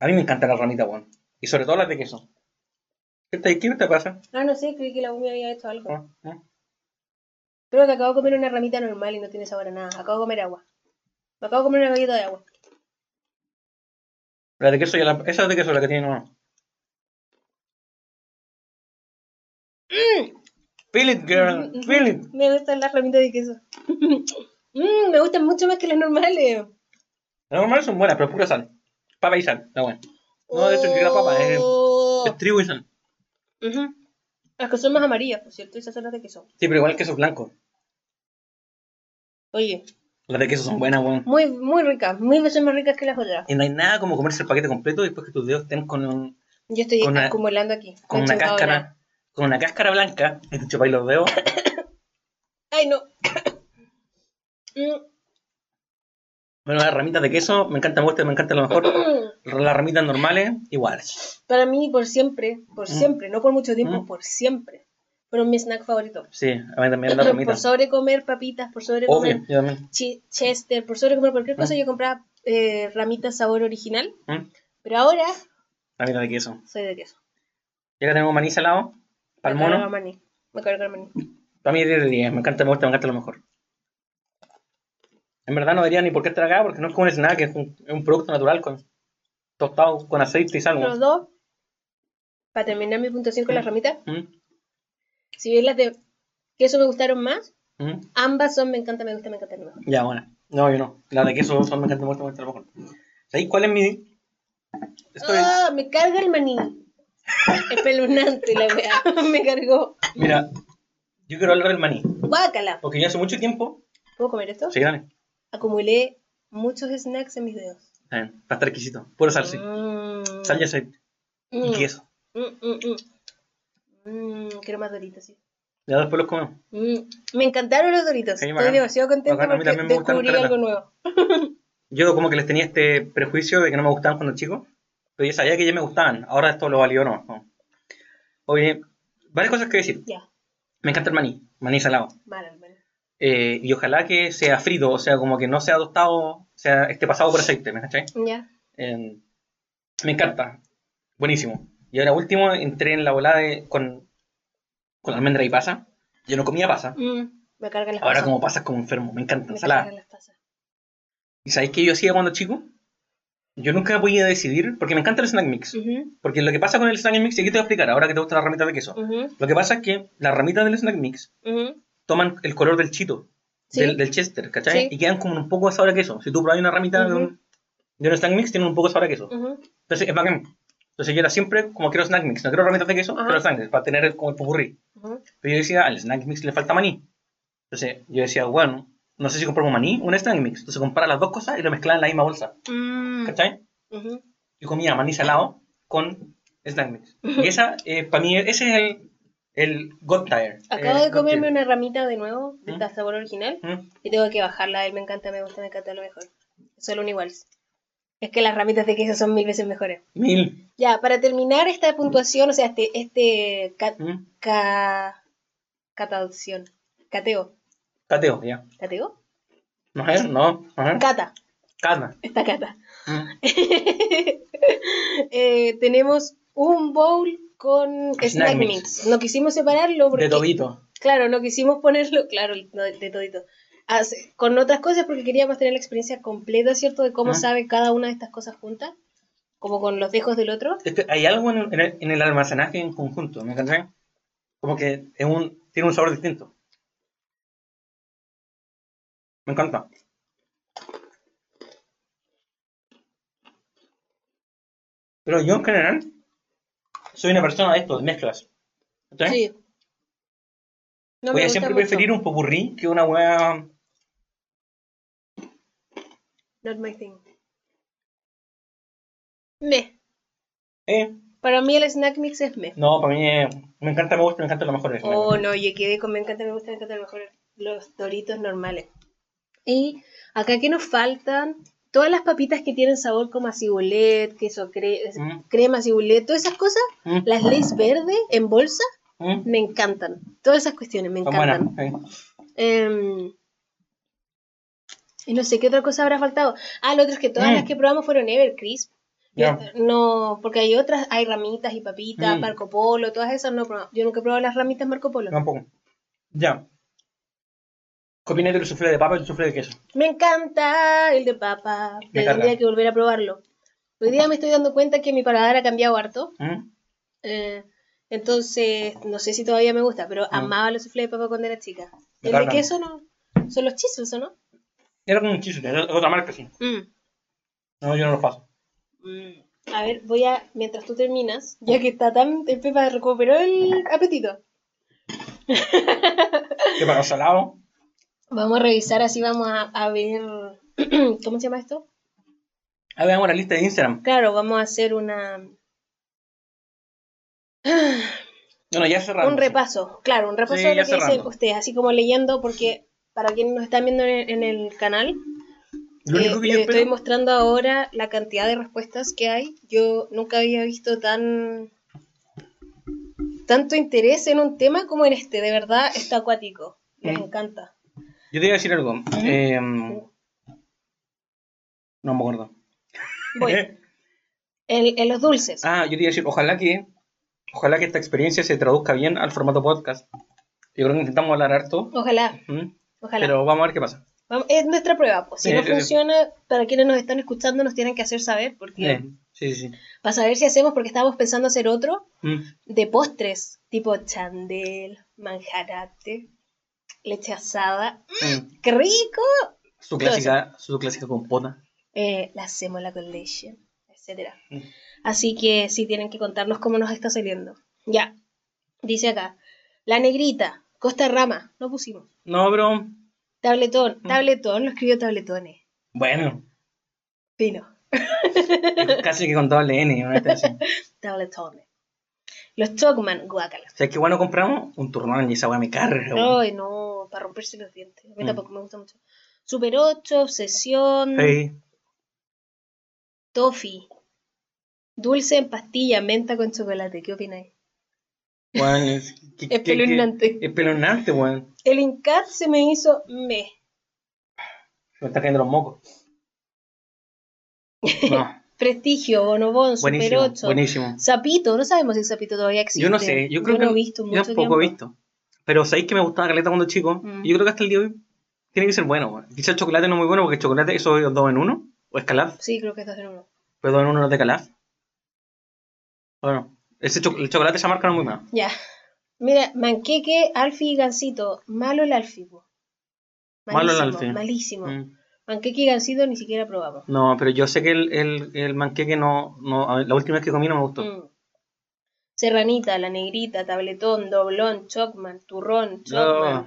a mí me encantan las ramitas, weón. Y sobre todo las de queso. ¿Qué te, qué te pasa? ah, no sé, creí que la Umi había hecho algo. Ah, ah. Creo que acabo de comer una ramita normal y no tiene sabor a nada. Acabo de comer agua. Me acabo de comer una galleta de agua. Las de queso, ya la, esa es de queso, la que tiene nomás. Feel it, girl. Mm, mm, Feel it. Me gustan las ramitas de queso. Mm, me gustan mucho más que las normales. Las normales son buenas, pero pura sal. Papa y sal, la buena. No, de hecho, ni la papa, es- Oh. Es trigo y sal. Ujú. Las que son más amarillas, por cierto, esas son las de queso. Sí, pero igual el queso es blanco. Oye, Las de queso son buenas, weón. muy, muy ricas, mil veces más ricas que las otras. Y no hay nada como comerse el paquete completo y después que tus dedos estén con, un- Yo estoy Con una- acumulando aquí. con No he una chupado cáscara. nada. Con una cáscara blanca y te chupáis los dedos. Ay, no. Mm, Bueno, las ramitas de queso, me encanta, me gusta, me encanta a lo mejor. Las ramitas normales, igual. Para mí, por siempre, por Mm. siempre, no por mucho tiempo, Mm. por siempre. fueron mi snack favorito. Sí, a mí también la palomita. Por sobre comer papitas, por sobre Obvio, comer yo también. chi- chester, por sobre comer cualquier cosa, Mm. yo compraba eh, ramitas sabor original. Mm. Pero ahora Ramita de queso. soy de queso. Y acá tenemos maní salado, Me carga palmono. maní. Me carga el maní. Para mí es 10 de 10. Me encanta, me gusta, me encanta lo mejor. En verdad no debería ni por qué estar acá porque no es como un snack, es un, es un producto natural con tostado con aceite y sal. Los weón. dos, para terminar mi puntuación con las ramitas, Mm, si bien las de queso me gustaron más, mm. ambas son me encanta, me gusta, me encanta, me gusta. Ya, bueno. No, yo no. La de queso son me encanta, me gusta, me encanta lo mejor. ¿Sabéis cuál es mi...? Estoy... ¡Ah! me carga el maní. Espeluznante la wea. me cargó. Mira, yo quiero hablar del maní. Guácala. Porque yo hace mucho tiempo... ¿Puedo comer esto? Sí, dale. Acumulé muchos snacks en mis dedos. Está bien. Va a estar exquisito. Puro sal, sí. Mm. Sal y aceite. Y Mm. queso. Mm, mm, mm. Mm, quiero más doritos, sí. Ya después los comemos. Mm, Me encantaron los doritos. Sí, Estoy bacán. demasiado contenta Bacán, a mí porque también me gustaron descubrí caleta. algo nuevo. Yo como que les tenía este prejuicio de que no me gustaban cuando chico. Pero yo sabía que ya me gustaban. Ahora esto lo valió no. no. Oye, varias cosas que decir. Ya, Me encanta el maní. Maní salado. mal, mal. Eh, y ojalá que sea frito. O sea, como que no sea tostado. O sea, esté pasado por aceite. ¿Me cachai? Ya. Eh, me encanta. Buenísimo. Y ahora último, entré en la volada de- con, con almendra y pasa. Yo no comía pasa. Mm, me cargan las Ahora pasas. como pasas como enfermo. Me encanta. me Salada. cargan las pasas. ¿Y sabéis qué yo hacía cuando chico? Yo nunca podía decidir, porque me encanta el snack mix. Ujú, Porque lo que pasa con el snack mix, y aquí te voy a explicar, ahora que te gustan las ramitas de queso. ujú, Lo que pasa es que las ramitas del snack mix ujú. toman el color del chito, Sí. del, del chester, ¿cachai? Sí. Y quedan como un poco de sabor a queso. Si tú probas una ramita de, Ujú. un, de un snack mix, tienen un poco de sabor a queso. Ujú. Entonces es bacán. Entonces yo era siempre como quiero snack mix, no quiero ramitas de queso, Ajá. quiero snack mix, para tener el- como el popurrí. Ujú. Pero yo decía, al snack mix le falta maní. Entonces yo decía, bueno, no sé si compramos maní o un snack mix. Entonces compara las dos cosas y lo mezclan en la misma bolsa, Mm, ¿cachai? ujú. yo comía maní salado con snack mix. Y esa, para mí, ese es el, el God Tire. Acabo de comerme una ramita de nuevo Eh, de Mm. esta sabor original una. y tengo que bajarla. Él me encanta, me gusta, me encanta lo mejor. Solo un igual. Es que las ramitas de queso son mil veces mejores. Mil. Ya, para terminar esta puntuación, o sea, este, este ca- ¿Mm? ca- cataución. Cateo. Cateo, ya. ¿Cateo? No es, no. ajá. Cata. Calma. Esta cata. Mm. Eh, tenemos un bowl con snack, Snack mix. mix. No quisimos separarlo porque... De tobito. Claro, no quisimos ponerlo, claro, no, de todito. As- con otras cosas porque queríamos tener la experiencia completa, ¿cierto? De cómo Ah. sabe cada una de estas cosas juntas, como con los dejos del otro. Es que hay algo en el, en el- en el almacenaje en conjunto, ¿me entendés? Como que es un, tiene un sabor distinto. Me encanta. Pero yo en general soy una persona de esto, de mezclas. ¿Cachai? Sí. No Voy me a gusta siempre mucho. preferir un popurrí que una hueá... Not my thing. Me. Eh, Para mí el snack mix es me. no, para mí eh, me encanta, me gusta, me encanta lo mejor. del snack. Oh, no, yo quedé con me encanta, me gusta, me encanta, a lo mejor los doritos normales. Y acá que nos faltan todas las papitas que tienen sabor como a cibulet, queso cre Mm. crema cibulet, todas esas cosas, Mm, las leis verde en bolsa, mm, me encantan. Todas esas cuestiones me Son encantan. buenas. eh. Em, y no sé qué otra cosa habrá faltado. Ah, lo otro es que todas Mm. las que probamos fueron Evercrisp. Ya. No, porque hay otras, hay ramitas y papitas, Mm. Marco Polo, todas esas no he probado. Yo nunca he probado las ramitas Marco Polo. Tampoco. Ya. ¿Qué opinas del sufle de papa y el sufle de queso? Me encanta el de papa, Me pero tendría carga. que volver a probarlo. Hoy día me estoy dando cuenta que mi paladar ha cambiado harto. Mm, eh, entonces, no sé si todavía me gusta, pero amaba los suflés de papa cuando era chica. Mm. Me El de cargan. queso no. Son los chisos, ¿o no? Era como un chiste, era otra marca, sí. Mm. No, yo no lo paso. Mm. A ver, voy a, mientras tú terminas, ya que está tan, el Pepa recuperó el apetito. Que para los salados, Vamos a revisar, así vamos a, a ver, ¿cómo se llama esto? ahí veamos la lista de Instagram. Claro, vamos a hacer una, Bueno, ya cerramos. un repaso, claro, un repaso Sí, de lo ya que dicen cerrando. ustedes, así como leyendo, porque para quienes nos están viendo en, en el canal, Lo único eh, que yo les espero... estoy mostrando ahora la cantidad de respuestas que hay. Yo nunca había visto tan tanto interés en un tema como en este. De verdad, está acuático. Me Mm. encanta. Yo te iba a decir algo. eh, no me acuerdo. Eh, Voy. En, en los dulces. Ah, yo te iba a decir, ojalá que, ojalá que esta experiencia se traduzca bien al formato podcast. Yo creo que intentamos hablar harto, Ojalá, ¿m? ojalá. pero vamos a ver qué pasa. Vamos- es nuestra prueba. pues. Si Sí, no sí, sí. funciona, para quienes nos están escuchando, nos tienen que hacer saber. Porque Eh, sí, sí, sí. para saber si hacemos, porque estábamos pensando hacer otro Mm. de postres, tipo chandel, manjarate, leche asada. Mm. ¡Qué rico! Su clásica, su clásica compota. eh, la sémola con leche, etcétera. Mm. Así que sí tienen que contarnos cómo nos está saliendo. Ya, dice acá, la negrita, Costa Rama, no pusimos. No, pero Tabletón, Mm. tabletón, lo escribió tabletones. bueno, Fino, casi que con doble N. Una vez así. o tabletones. Los Chocman, guácala. sea, que bueno compramos un turrón y esa weá me carga. weón. Ay, no, para romperse los dientes. A mí Mm. tampoco me gusta mucho. Super 8, Obsesión, Sí. Toffee. Dulce en pastilla, menta con chocolate. ¿Qué opináis? Weón, es que- que- que- Espeluznante. Es pelonante, weón. El Incat se me hizo meh. Se Me están cayendo los mocos. No, Prestigio, Bonobón, Super buenísimo, 8. buenísimo. Sapito, no sabemos si Sapito todavía existe. Yo no sé, yo creo que no he visto yo mucho tampoco he tiempo. visto. Pero sabéis que me gustaba caleta cuando chico. Mm. Y yo creo que hasta el día de hoy tiene que ser bueno. weón. Quizás el chocolate no es muy bueno porque el chocolate eso es dos en uno. O es calaf. Sí, creo que está en uno. Pero dos en uno no es de calaf. Bueno, ese cho- el chocolate esa marca no es muy mala. Ya. Mira, Manqueque, Alfi y Gansito. Malo el Alfi. po. Malo el Malísimo, Alfi. Malísimo. Mm. Manqueque y Gansito ni siquiera probamos. No, pero yo sé que el, el, el manqueque no, no. a ver, La última vez que comí no me gustó. Mm. Serranita, La Negrita, Tabletón, Doblón, Chocman, Turrón, Chocman, No,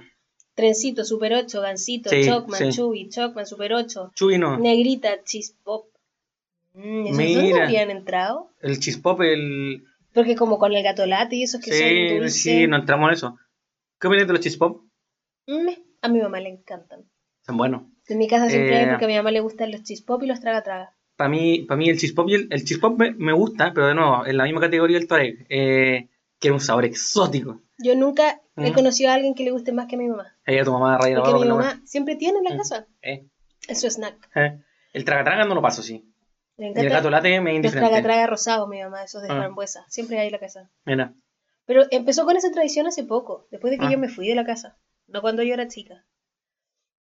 Trencito, Super 8, Gansito, Sí, Chocman, sí. Chubi, Chocman, Super 8, Chuy no. Negrita, Chispop. Mm, ¿Esos dos no Mira. habían entrado? El chispop, el. Porque como con el gato latte y esos que son Sí, dulces. sí, no entramos en eso. ¿Qué opinas de los chispop? Mm, a mi mamá le encantan. Son buenos. En mi casa siempre hay Eh. porque a mi mamá le gustan los chispop y los traga traga. Para mí, para mí el chispop y el, el chispop me, me gusta, pero de nuevo, en la misma categoría el Touareg, eh, que es un sabor exótico. Yo nunca he Mm. conocido a alguien que le guste más que a mi mamá. Ahí a tu mamá raya la Porque baba mi con la mamá siempre tiene en la Mm. casa. Eh. Es su snack. wea. Eh, El traga-traga no lo paso, sí. Le Y el gato encanta latte me es los traga indiferente. traga rosados, mi mamá, esos de Ah. frambuesa. Siempre hay en la casa. Mira, Pero empezó con esa tradición hace poco, después de que Ah. yo me fui de la casa, no cuando yo era chica.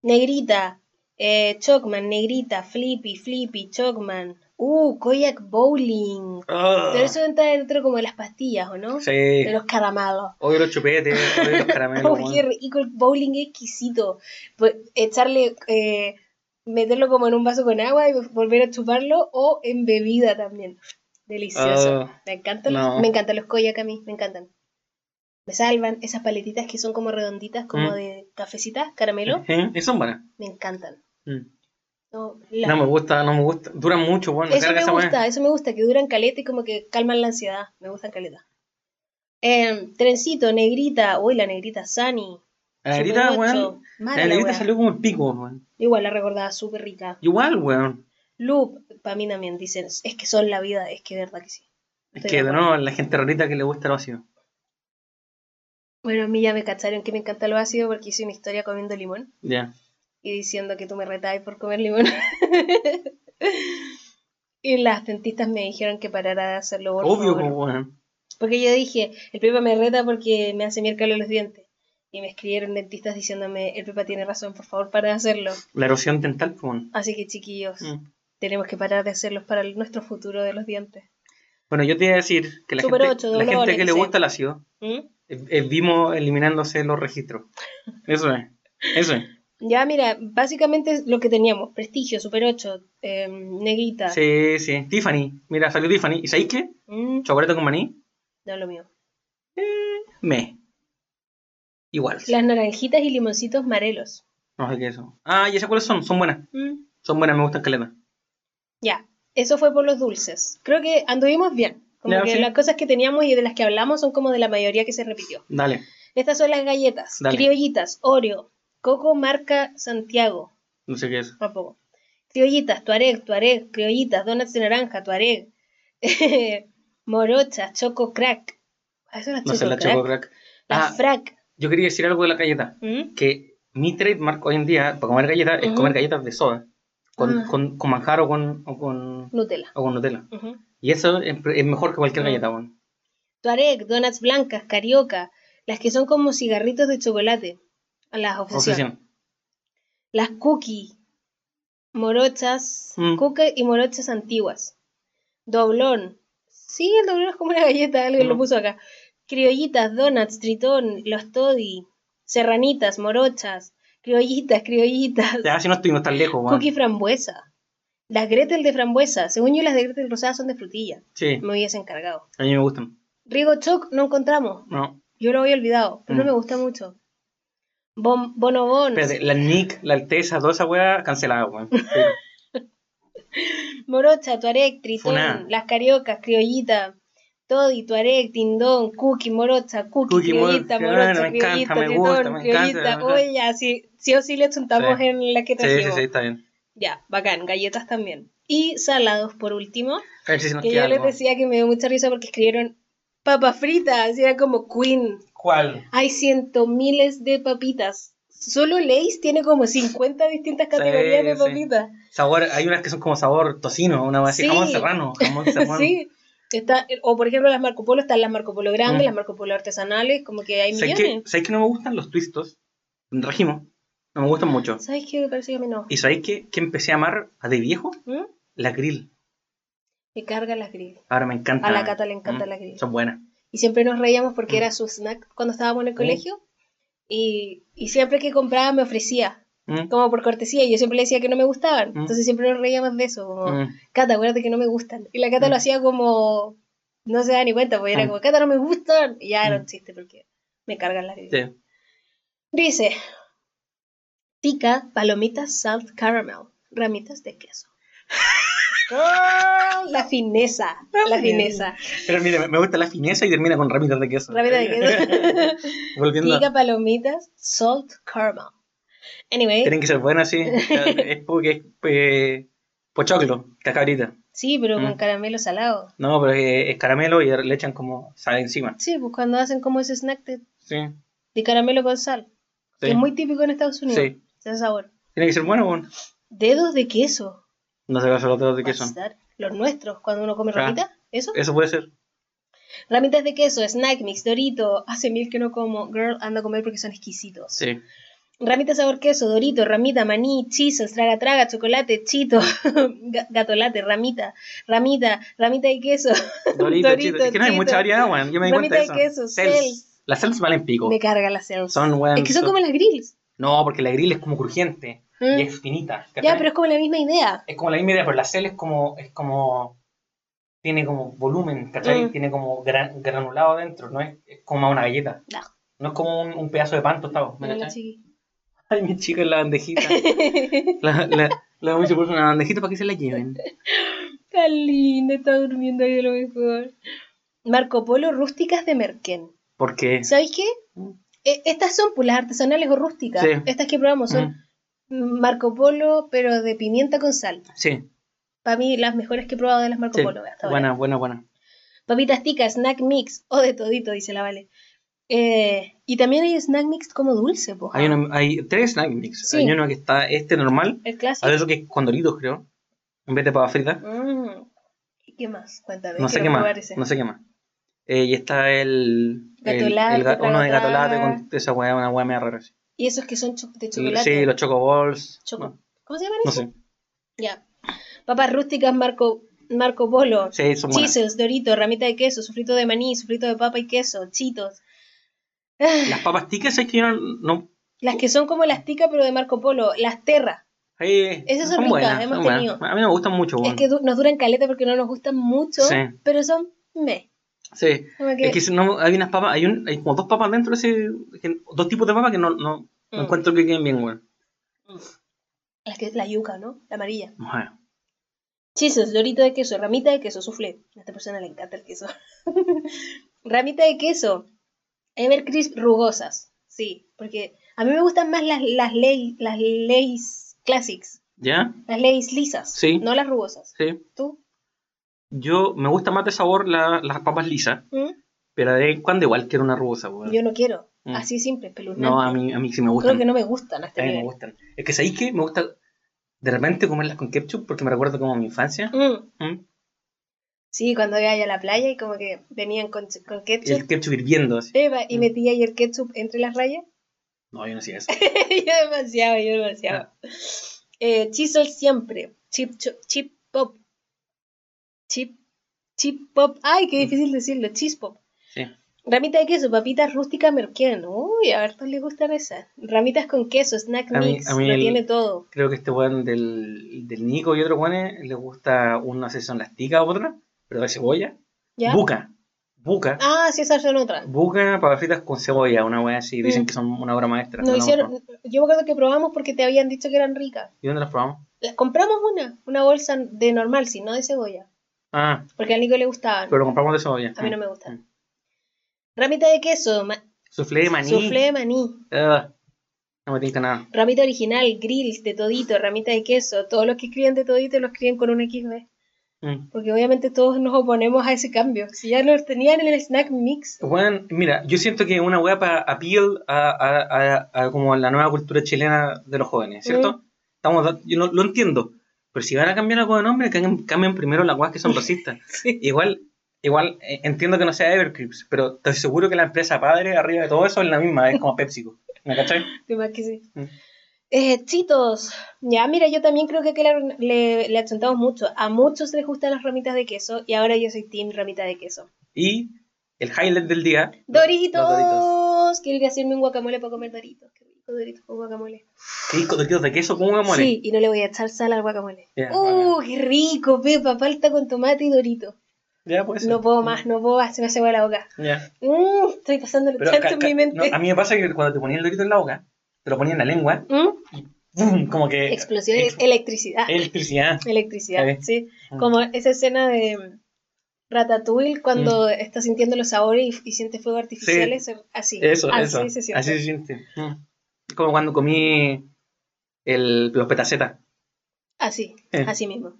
Negrita, eh, Chocman, Negrita, Flippy, Flippy, Chocman. Uh, Koyak Bowling. Ah, Pero eso entra dentro como de las pastillas, ¿o no? sí. De los caramelos. Odio los chupetes, odio los caramelos. Oh, weón. qué rico, el bowling es exquisito. Pues, Echarle, eh, meterlo como en un vaso con agua y volver a chuparlo o en bebida también. Delicioso. Ah, me, encantan no. los, me encantan los koyak a mí, me encantan. Me salvan esas paletitas que son como redonditas, como Mm. de cafecitas, caramelo. ujú, eh, y son buenas. Me encantan. Mm. No, la- No me gusta, no me gusta. Duran mucho, bueno, eso carga me esa wea. gusta, eso me gusta, que duran caleta y como que calman la ansiedad. Me gustan caleta. Em, trencito, negrita, uy, la negrita, Sani. La negrita, Super ocho, weón. mala La negrita wea. salió como el pico, weón. Igual la recordaba súper rica. Igual, weón. Loop, para mí también, dicen, es que son la vida, es que de verdad que sí. Es Estoy que, de de acuerdo. nuevo, la gente rarita que le gusta lo ácido. Bueno, a mí ya me cacharon que me encanta lo ácido porque hice una historia comiendo limón Ya. y diciendo que tú me retabas por comer limón. y las dentistas me dijeron que parara de hacerlo, por Obvio, favor. pues, weón. Porque yo dije, el Pepa me reta porque me hace miércoles los dientes. Y me escribieron dentistas diciéndome, el Pepa tiene razón, por favor, para de hacerlo. La erosión dental, pues, weón. Así que chiquillos, Mm. tenemos que parar de hacerlos para el- nuestro futuro de los dientes. Bueno, yo te iba a decir que la Super gente, ocho, la doble gente doble, que le sí. gusta el ácido ¿Mm? eh, eh, vimos eliminándose los registros. Eso es. Eso es. Ya, mira, básicamente es lo que teníamos, Prestigio, Super 8, eh, Negrita, Sí, sí. Tiffany. Mira, salió Tiffany. ¿Y sabéis qué? mm, Chocolate con maní. no lo mío. Me. Igual. Las naranjitas y limoncitos marelos. No sé qué es eso. Ah, ya sé cuáles son. Son buenas. Mm, Son buenas, me gustan caleta. Ya, eso fue por los dulces. Creo que anduvimos bien. Como Ya, que sí. las cosas que teníamos y de las que hablamos son como de la mayoría que se repitió. Dale. Estas son las galletas, Dale. criollitas, Oreo, Coco marca Santiago, No sé qué es. tampoco. Criollitas, Tuareg, Tuareg, criollitas, donuts de naranja, Tuareg, morochas, Choco Crack. Ah, Es una No sé, la chococrack. Choco Crack. La Ah, frac. yo quería decir algo de la galleta. ¿Mm? Que mi trademark hoy en día para comer galletas es Ujú. comer galletas de soda. Con, Ah. con, con manjar o con, o con, Nutella. o con Nutella. Ujú. Y eso es, es mejor que cualquier Mm. galleta, weón. Tuareg, donuts blancas, carioca, las que son como cigarritos de chocolate, las obsesión, Obsesión. las cookies, morochas, Mm. cookies y morochas antiguas, doblón, sí, el doblón es como una galleta, alguien lo Mm. puso acá, criollitas, donuts, tritón, los toddy, serranitas, morochas, criollitas, criollitas, Ya, si no estuvimos tan lejos, weón. cookie frambuesa, las Gretel de frambuesa, según yo las de Gretel rosadas son de frutilla, Sí, me hubiese encargado. a mí me gustan. Rigo Choc no encontramos, No, yo lo había olvidado, pero Mm. me gusta mucho. Bon, bonobón, espérate, la Nick, la Alteza, toda esa weá cancelada, weón. Sí. morocha, tuareg, tritón, Funá. las cariocas, criollita, toddy, tuareg, tindón, cookie, morocha, cookie, Cookie, criollita, moro- morocha, me criollita, encanta, me tritón, gusta, me criollita. encanta, me Oye, ya, sí, sí o sí le juntamos Sí. en la que Sí, trajimos. sí, sí, está bien. Ya, bacán, galletas también. Y salados, por último, A ver si se nos que yo queda les algo. decía que me dio mucha risa porque escribieron papas fritas, y era como queen. ¿Cuál? Hay ciento miles de papitas. Solo Lay's tiene como 50 distintas categorías de sí. papitas. Sabor, hay unas que son como sabor tocino, una vez así, Sí. jamón serrano, jamón serrano. Sí. Está, o por ejemplo las Marco Polo, están las Marco Polo grandes, Mm. las Marco Polo artesanales, como que hay ¿Sabes que, millones. ¿Sabes que no me gustan los twistos? Regimo. No me gustan mucho. ¿Sabes qué? Me parece que a mí no. ¿Y sabéis que, que empecé a amar a de viejo? ¿Mm? La grill. Me carga las gris. Ahora me encanta. Mm, A la Cata le encanta la grill. Son buenas. Y siempre nos reíamos porque Mm. era su snack cuando estábamos en el Mm. colegio. Y, y siempre que compraba me ofrecía, Mm, como por cortesía, y yo siempre le decía que no me gustaban. Mm. Entonces siempre nos reíamos de eso, como, mm. Cata, acuérdate que no me gustan. Y la Cata lo Mm. hacía como. No se da ni cuenta, porque era Mm. como, Cata, no me gustan. Y ya era Mm. un chiste, porque me cargan las grillas. Sí. Dice: Tica, palomitas, salt, caramel, ramitas de queso. ¡Ah! la fineza, La la fineza. Pero mire, me- me gusta la fineza y termina con ramitas de queso. Ramitas de queso. Volviendo. Tica, palomitas, salt, caramel. Anyway, Tienen que ser buenas, sí. es porque es eh, pochoclo, cacabrita. sí, pero con Mm. caramelo salado. No, pero es, es caramelo y le echan como sal encima. Sí, pues cuando hacen como ese snack de, Sí. de caramelo con sal, sí. que es muy típico en Estados Unidos. Sí. Ese sabor. Tiene que ser bueno, bueno. Dedos de queso. No se va a los dedos de queso. Pasar. Los nuestros, cuando uno come Ah. ramita. ¿Eso? Eso puede ser. Ramitas de queso, snack mix, dorito. Hace mil que no como. Girl, anda a comer porque son exquisitos. Sí. Ramitas sabor queso, dorito, ramita, maní, chisas, traga traga, chocolate, chito, ga- gatolate, ramita, ramita, ramita de queso. Dorito, Dorito, chito. Es que no hay chito. mucha variedad, weón. Yo me di Ramita cuenta de eso. de queso, Cels. Cels. Las cels valen pico. Me carga las cells. Oh. Son, weón. es que son como las grills. No, porque la grill es como crujiente Mm. y es finita. Ya, ¿cachai? pero es como la misma idea. Es como la misma idea, pero la cel es como. Es como tiene como volumen, ¿cachai? Mm. Tiene como gran- granulado adentro, ¿no? Es, es como una galleta. No. No es como un, un pedazo de pan tostado. ¿me No, la cachai? chiqui. Ay, mi chica en la bandejita. la, la, la mucho por una bandejita para que se la lleven. Está linda, está durmiendo ahí de lo mejor. Marco Polo, rústicas de Merquén. Porque. ¿Sabéis qué? Mm. E- Estas son pues, las artesanales o rústicas. Sí. Estas que probamos son Mm, Marco Polo, pero de pimienta con sal. sí, Para mí, las mejores que he probado de las Marco sí. Polo hasta ahora. Buena, buena, buena. Papitas ticas, snack mix o de todito, dice la Vale. Eh, y también hay snack mix como dulce, pues. Hay, una- hay tres snack mix. Sí. Hay uno que está este normal, El clásico. hay otro que es con doritos, creo, en vez de papa frita. Mm. ¿Y qué más? Cuéntame. No sé quiero qué probar más, ese. no sé qué más. Eh, y está el, el- el Gatolate, ga- uno de gatolate gatolate. con esa hueá, una hueá media rara. sí. Y esos que son cho- de chocolate. Sí, los chocoballs. Choco- No, ¿Cómo se llaman no esos? sé. Ya. Papas rústicas, Marco, Marco Polo. Sí, son buenas. Chisels, dorito, ramita de queso, sufrito de maní, sufrito de papa y queso, chitos. Las papas ticas es que yo no... no- Las que son como las ticas, pero de Marco Polo. Las terras. eh, Esas son son ricas, buenas, hemos son buenas. tenido. A mí no me gustan mucho, Es weón. que du- nos duran caleta porque no nos gustan mucho, Sí. pero son me. Sí, Es que si no, hay unas papas, hay, un, hay como dos papas dentro, ese, que- dos tipos de papas que no, no, Mm. no encuentro que queden bien, weón. Las que la yuca, ¿no? La amarilla. Bueno. Chisels, dorito de queso, ramita de queso, soufflé. A esta persona le encanta el queso. ramita de queso. Evercrisp rugosas. Sí, porque a mí me gustan más las, las, ley, las leyes classics. ¿Ya? Las leyes lisas. Sí. No las rugosas. Sí. ¿Tú? Yo, me gusta más de sabor la- las papas lisas, ¿Mm? Pero de vez en cuando igual quiero una rusa, weón. Yo no quiero. Mm. Así siempre, espeluznante. No, a mí, a mí sí me gustan. Creo que no me gustan este hasta A mí me gustan. Es que sabéis que me gusta de repente comerlas con ketchup porque me recuerdo como mi infancia. Mm. Sí, cuando iba ahí a la playa y como que venían con, con Y el ketchup. ketchup hirviendo así. Eva, y Mm. metía ahí el ketchup entre las rayas. No, yo no hacía eso. yo demasiado, yo demasiado. Ah. Eh, chisel siempre. Chip, cho- chip pop. Chip, chip pop. Ay, qué Mm. difícil decirlo. Chis pop. Sí. Ramita de queso, papitas rústicas merquén. Uy, a ver, ¿cuál le gustan esas? Ramitas con queso, snack A mí- mix, a mí lo el- tiene todo. Creo que este weón del, del Nico y otro weón les gusta, uno no sé si son las ticas o otra, pero de cebolla. ¿Ya? Buca. Buca. Ah, sí, esas son otras. Buca, papas fritas con cebolla, una weá así. Dicen Mm. que son una obra maestra. Nos no la hicieron, hemos yo me acuerdo que probamos porque te habían dicho que eran ricas. probado. ¿Y dónde las probamos? Las compramos una, una bolsa de normal, sí, no de cebolla. Ah, Porque al Nico le gustaban. pero lo compramos de cebolla. A mí no Mm. me gustan. Ramita de queso, ma- Soufflé de maní. soufflé de maní. Ah, no me tinca nada. Ramita original, grills de todito, ramita de queso. Todos los que escriben de todito lo escriben con un XB. Mm. Porque obviamente todos nos oponemos a ese cambio. Si ya los tenían en el snack mix. Weón, mira, yo siento que es una weá para appeal a, a- a- a como la nueva cultura chilena de los jóvenes, ¿cierto? Estamos, da- yo lo, lo entiendo, pero si van a cambiar algo de nombre, cambien, cambien primero las weas que son racistas. Sí. igual, igual eh, entiendo que no sea Evercreeps, pero estoy seguro que la empresa padre arriba de todo eso es la misma, es como PepsiCo, ¿me cachai? De más que sí. Mm. Eh, chitos. Ya, mira, yo también creo que aquí le, le, le achuntamos mucho. A muchos les gustan las ramitas de queso y ahora yo soy team ramita de queso. Y el highlight del día, ¡Doritos! Los Doritos. Quiero ir a hacerme un guacamole para comer Doritos. Qué rico Doritos con guacamole. ¿qué disco de de queso con guacamole? Sí, y no le voy a echar sal al guacamole. Ya, ¡Uh, qué rico, Pepa! Palta con tomate y Dorito. Ya, puede ser. No puedo más, no puedo más, se me hace agua la boca. Ya. Mm, estoy pasando Pero tanto ca- en ca- mi mente. no, a mí me pasa que cuando te ponían el dorito en la boca, te lo ponían en la lengua, Mm, ¡bum! como que... Explosión, ex- electricidad. Electricidad. Electricidad, Eh, Está bien. sí. Mm. Como esa escena de mm, Ratatouille cuando Mm. está sintiendo los sabores y, y siente fuego artificiales. Así. Eso, así eso. se siente. así se siente. Mm. Es como cuando comí el, los petacetas. Así, Eh. así mismo.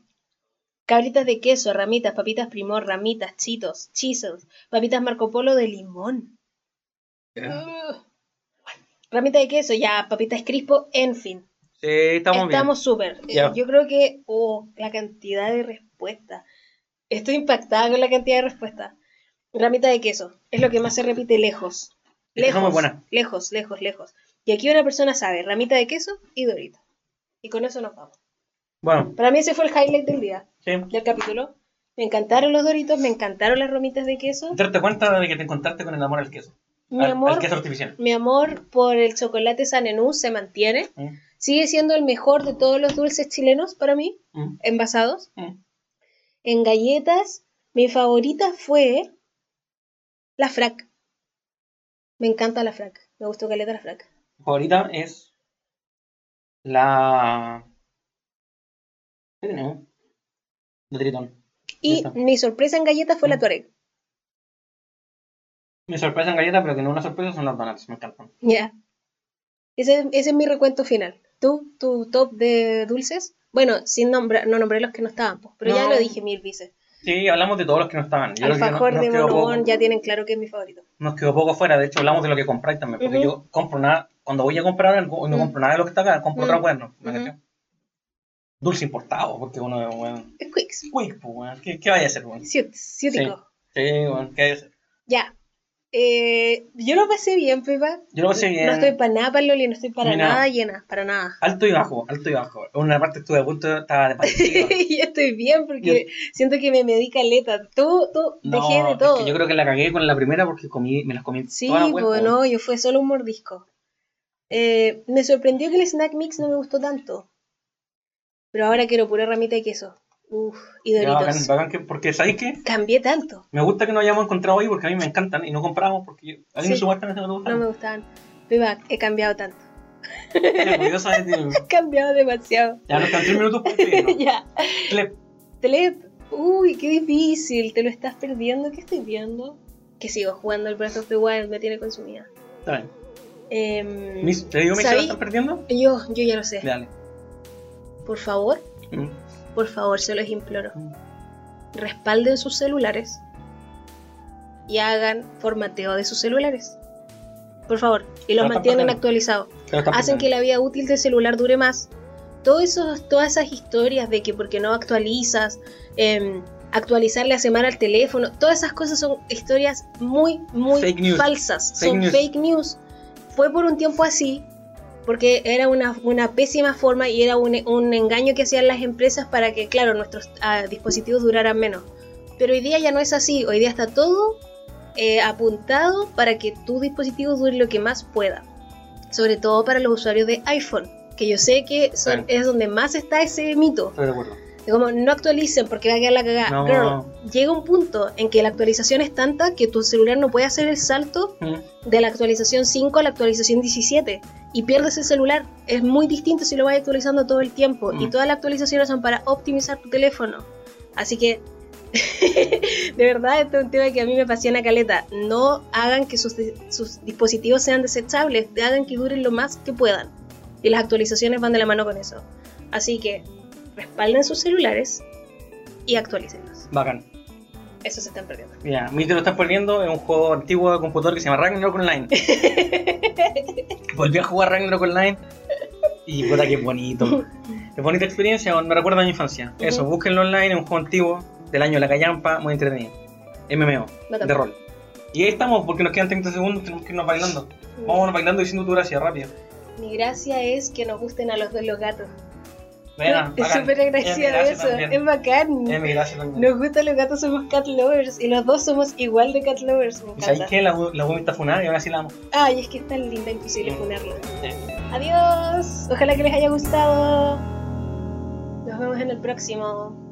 Cabritas de queso, ramitas, papitas primor, ramitas, chitos, chisos, papitas Marco Polo de limón. Eh. Ugh. Ramita de queso, ya, papitas crispo, en fin. Sí, estamos, Estamos súper. Eh, Ya. Yo creo que, oh, la cantidad de respuestas. Estoy impactada con la cantidad de respuestas. Ramita de queso, es lo que más se repite lejos. Es que son muy Lejos, buenas. lejos, lejos, lejos. Y aquí una persona sabe, ramita de queso y dorito. Y con eso nos vamos. bien. Bueno, Para mí ese fue el highlight del día, sí. del capítulo. Me encantaron los doritos, me encantaron las ramitas de queso. Darte cuenta de que te encontraste con el amor al queso. Mi al, amor, al queso artificial. mi amor por el chocolate San Enú se mantiene. Mm, Sigue siendo el mejor de todos los dulces chilenos para mí, mm, envasados. mm. En galletas, mi favorita fue la frac. Me encanta la frac. Me gustó caleta la frac. Mi favorita es la... ¿Qué tenemos? La Tritón. Y Listo. mi sorpresa en galletas fue la Mm. Tuareg. Mi sorpresa en galletas, pero que no es una sorpresa, son los donuts. Me encantan. Ya. Ese, ese es mi recuento final. ¿Tú, tu top de dulces? Bueno, sin nombrar, no nombré los que no estaban, pues, pero ya No. lo dije mil veces. Sí, hablamos de todos los que no estaban. Yo creo que no- Alfajor nos de quedó poco. Bonobón, ya tienen claro que es mi favorito. nos quedó poco fuera. De hecho, hablamos de lo que compráis también. Porque Ujú. yo compro nada. Cuando voy a comprar algo, no Mm. compro nada de lo que está acá. Compro Mm. otra weá. ¿no? ¿Me Ujú. cachai? Dulce importado, porque uno es weón. Es Quicks. Quick, pues, weón. ¿Qué, qué vaya a hacer, weón? Sí, Ciut- ciútico. weón. ¿Qué vaya a hacer? Ya. Eh, yo lo pasé bien, Pepa. Yo lo sé bien. No estoy para nada, Paloli, no estoy para Mira. nada llena, para nada. Alto y bajo, alto y bajo. En una parte estuve a punto, estaba de partida. y estoy bien porque siento que me medí caleta. Tú, tú, No, dejé de es todo. que yo creo que la cagué con la primera porque comí, me las comí Sí, todas, weón. pues no, yo fue solo un mordisco. Eh, me sorprendió que el snack mix no me gustó tanto. Pero ahora quiero pura ramita de queso. Uf, y Ya, bacán, doritos. bacán que- porque ¿sabéis qué? Cambié tanto. Me gusta que no hayamos encontrado ahí porque a mí me encantan y no compramos porque yo- a mí Sí. me subo a no te gustan. No me gustaban. Beba, he cambiado tanto. Qué curiosa es de- He cambiado demasiado. Ya nos quedan tres minutos para el pleno. ya. Clip. Tele. Uy, qué difícil. Te lo estás perdiendo. ¿Qué estoy viendo? Que sigo jugando al Breath of the Wild. Me tiene consumida. Está bien. Em, Mis- ¿Te digo mis que ¿Sabí? están perdiendo? Yo, yo ya lo sé. Dale. Por favor, Mm. por favor, se los imploro. Respalden sus celulares. y hagan formateo de sus celulares. Por favor, y los Pero mantienen tampoco- actualizados. Pero tampoco- Hacen que la vida útil del celular dure más. Todo eso, todas esas historias de que porque no actualizas, em, actualizar la semana al teléfono, todas esas cosas son historias muy, muy Fake news. falsas. Fake son news. fake news. Fue por un tiempo así, porque era una, una pésima forma y era un, un engaño que hacían las empresas para que, claro, nuestros ah, dispositivos duraran menos. Pero hoy día ya no es así, hoy día está todo eh, apuntado para que tu dispositivo dure lo que más pueda. Sobre todo para los usuarios de iPhone, que yo sé que son- Claro. es donde más está ese mito. Estoy de acuerdo. De como no actualicen porque va a quedar la cagada. No. Girl, llega un punto en que la actualización es tanta que tu celular no puede hacer el salto Mm. de la actualización 5 a la actualización 17 y pierdes el celular. Es muy distinto si lo vas actualizando todo el tiempo y Mm. todas las actualizaciones son para optimizar tu teléfono. Así que, de verdad, este es un tema que a mí me apasiona caleta. No hagan que sus, sus dispositivos sean desechables, hagan que duren lo más que puedan. Y las actualizaciones van de la mano con eso. Así que, respalden sus celulares y actualícenlos. Bacán. Eso se están perdiendo. Mira, a mí te lo estás poniendo en un juego antiguo de computador que se llama Ragnarok Online. Volví a jugar Ragnarok Online y puta que bonito. Es bonita experiencia, me recuerda a mi infancia. Eso, Ujú. búsquenlo online, es un juego antiguo del año de la callampa, muy entretenido. MMO, Bacán. de rol. Y ahí estamos, porque nos quedan 30 segundos, tenemos que irnos bailando. Vámonos bailando diciendo tu gracia, rápido. Mi gracia es que nos gusten a los dos los gatos. Venga, es bacán. súper agradecida de gracia eso, también. es bacán. Es mi gracia también. Nos gustan los gatos, somos cat lovers y los dos somos igual de cat lovers. Me ¿Y sabéis encanta. qué? La, la web está funada y ahora sí la amo. Ay, es que es tan linda, Mm. imposible ponerla. Sí. Adiós, ojalá que les haya gustado. Nos vemos en el próximo.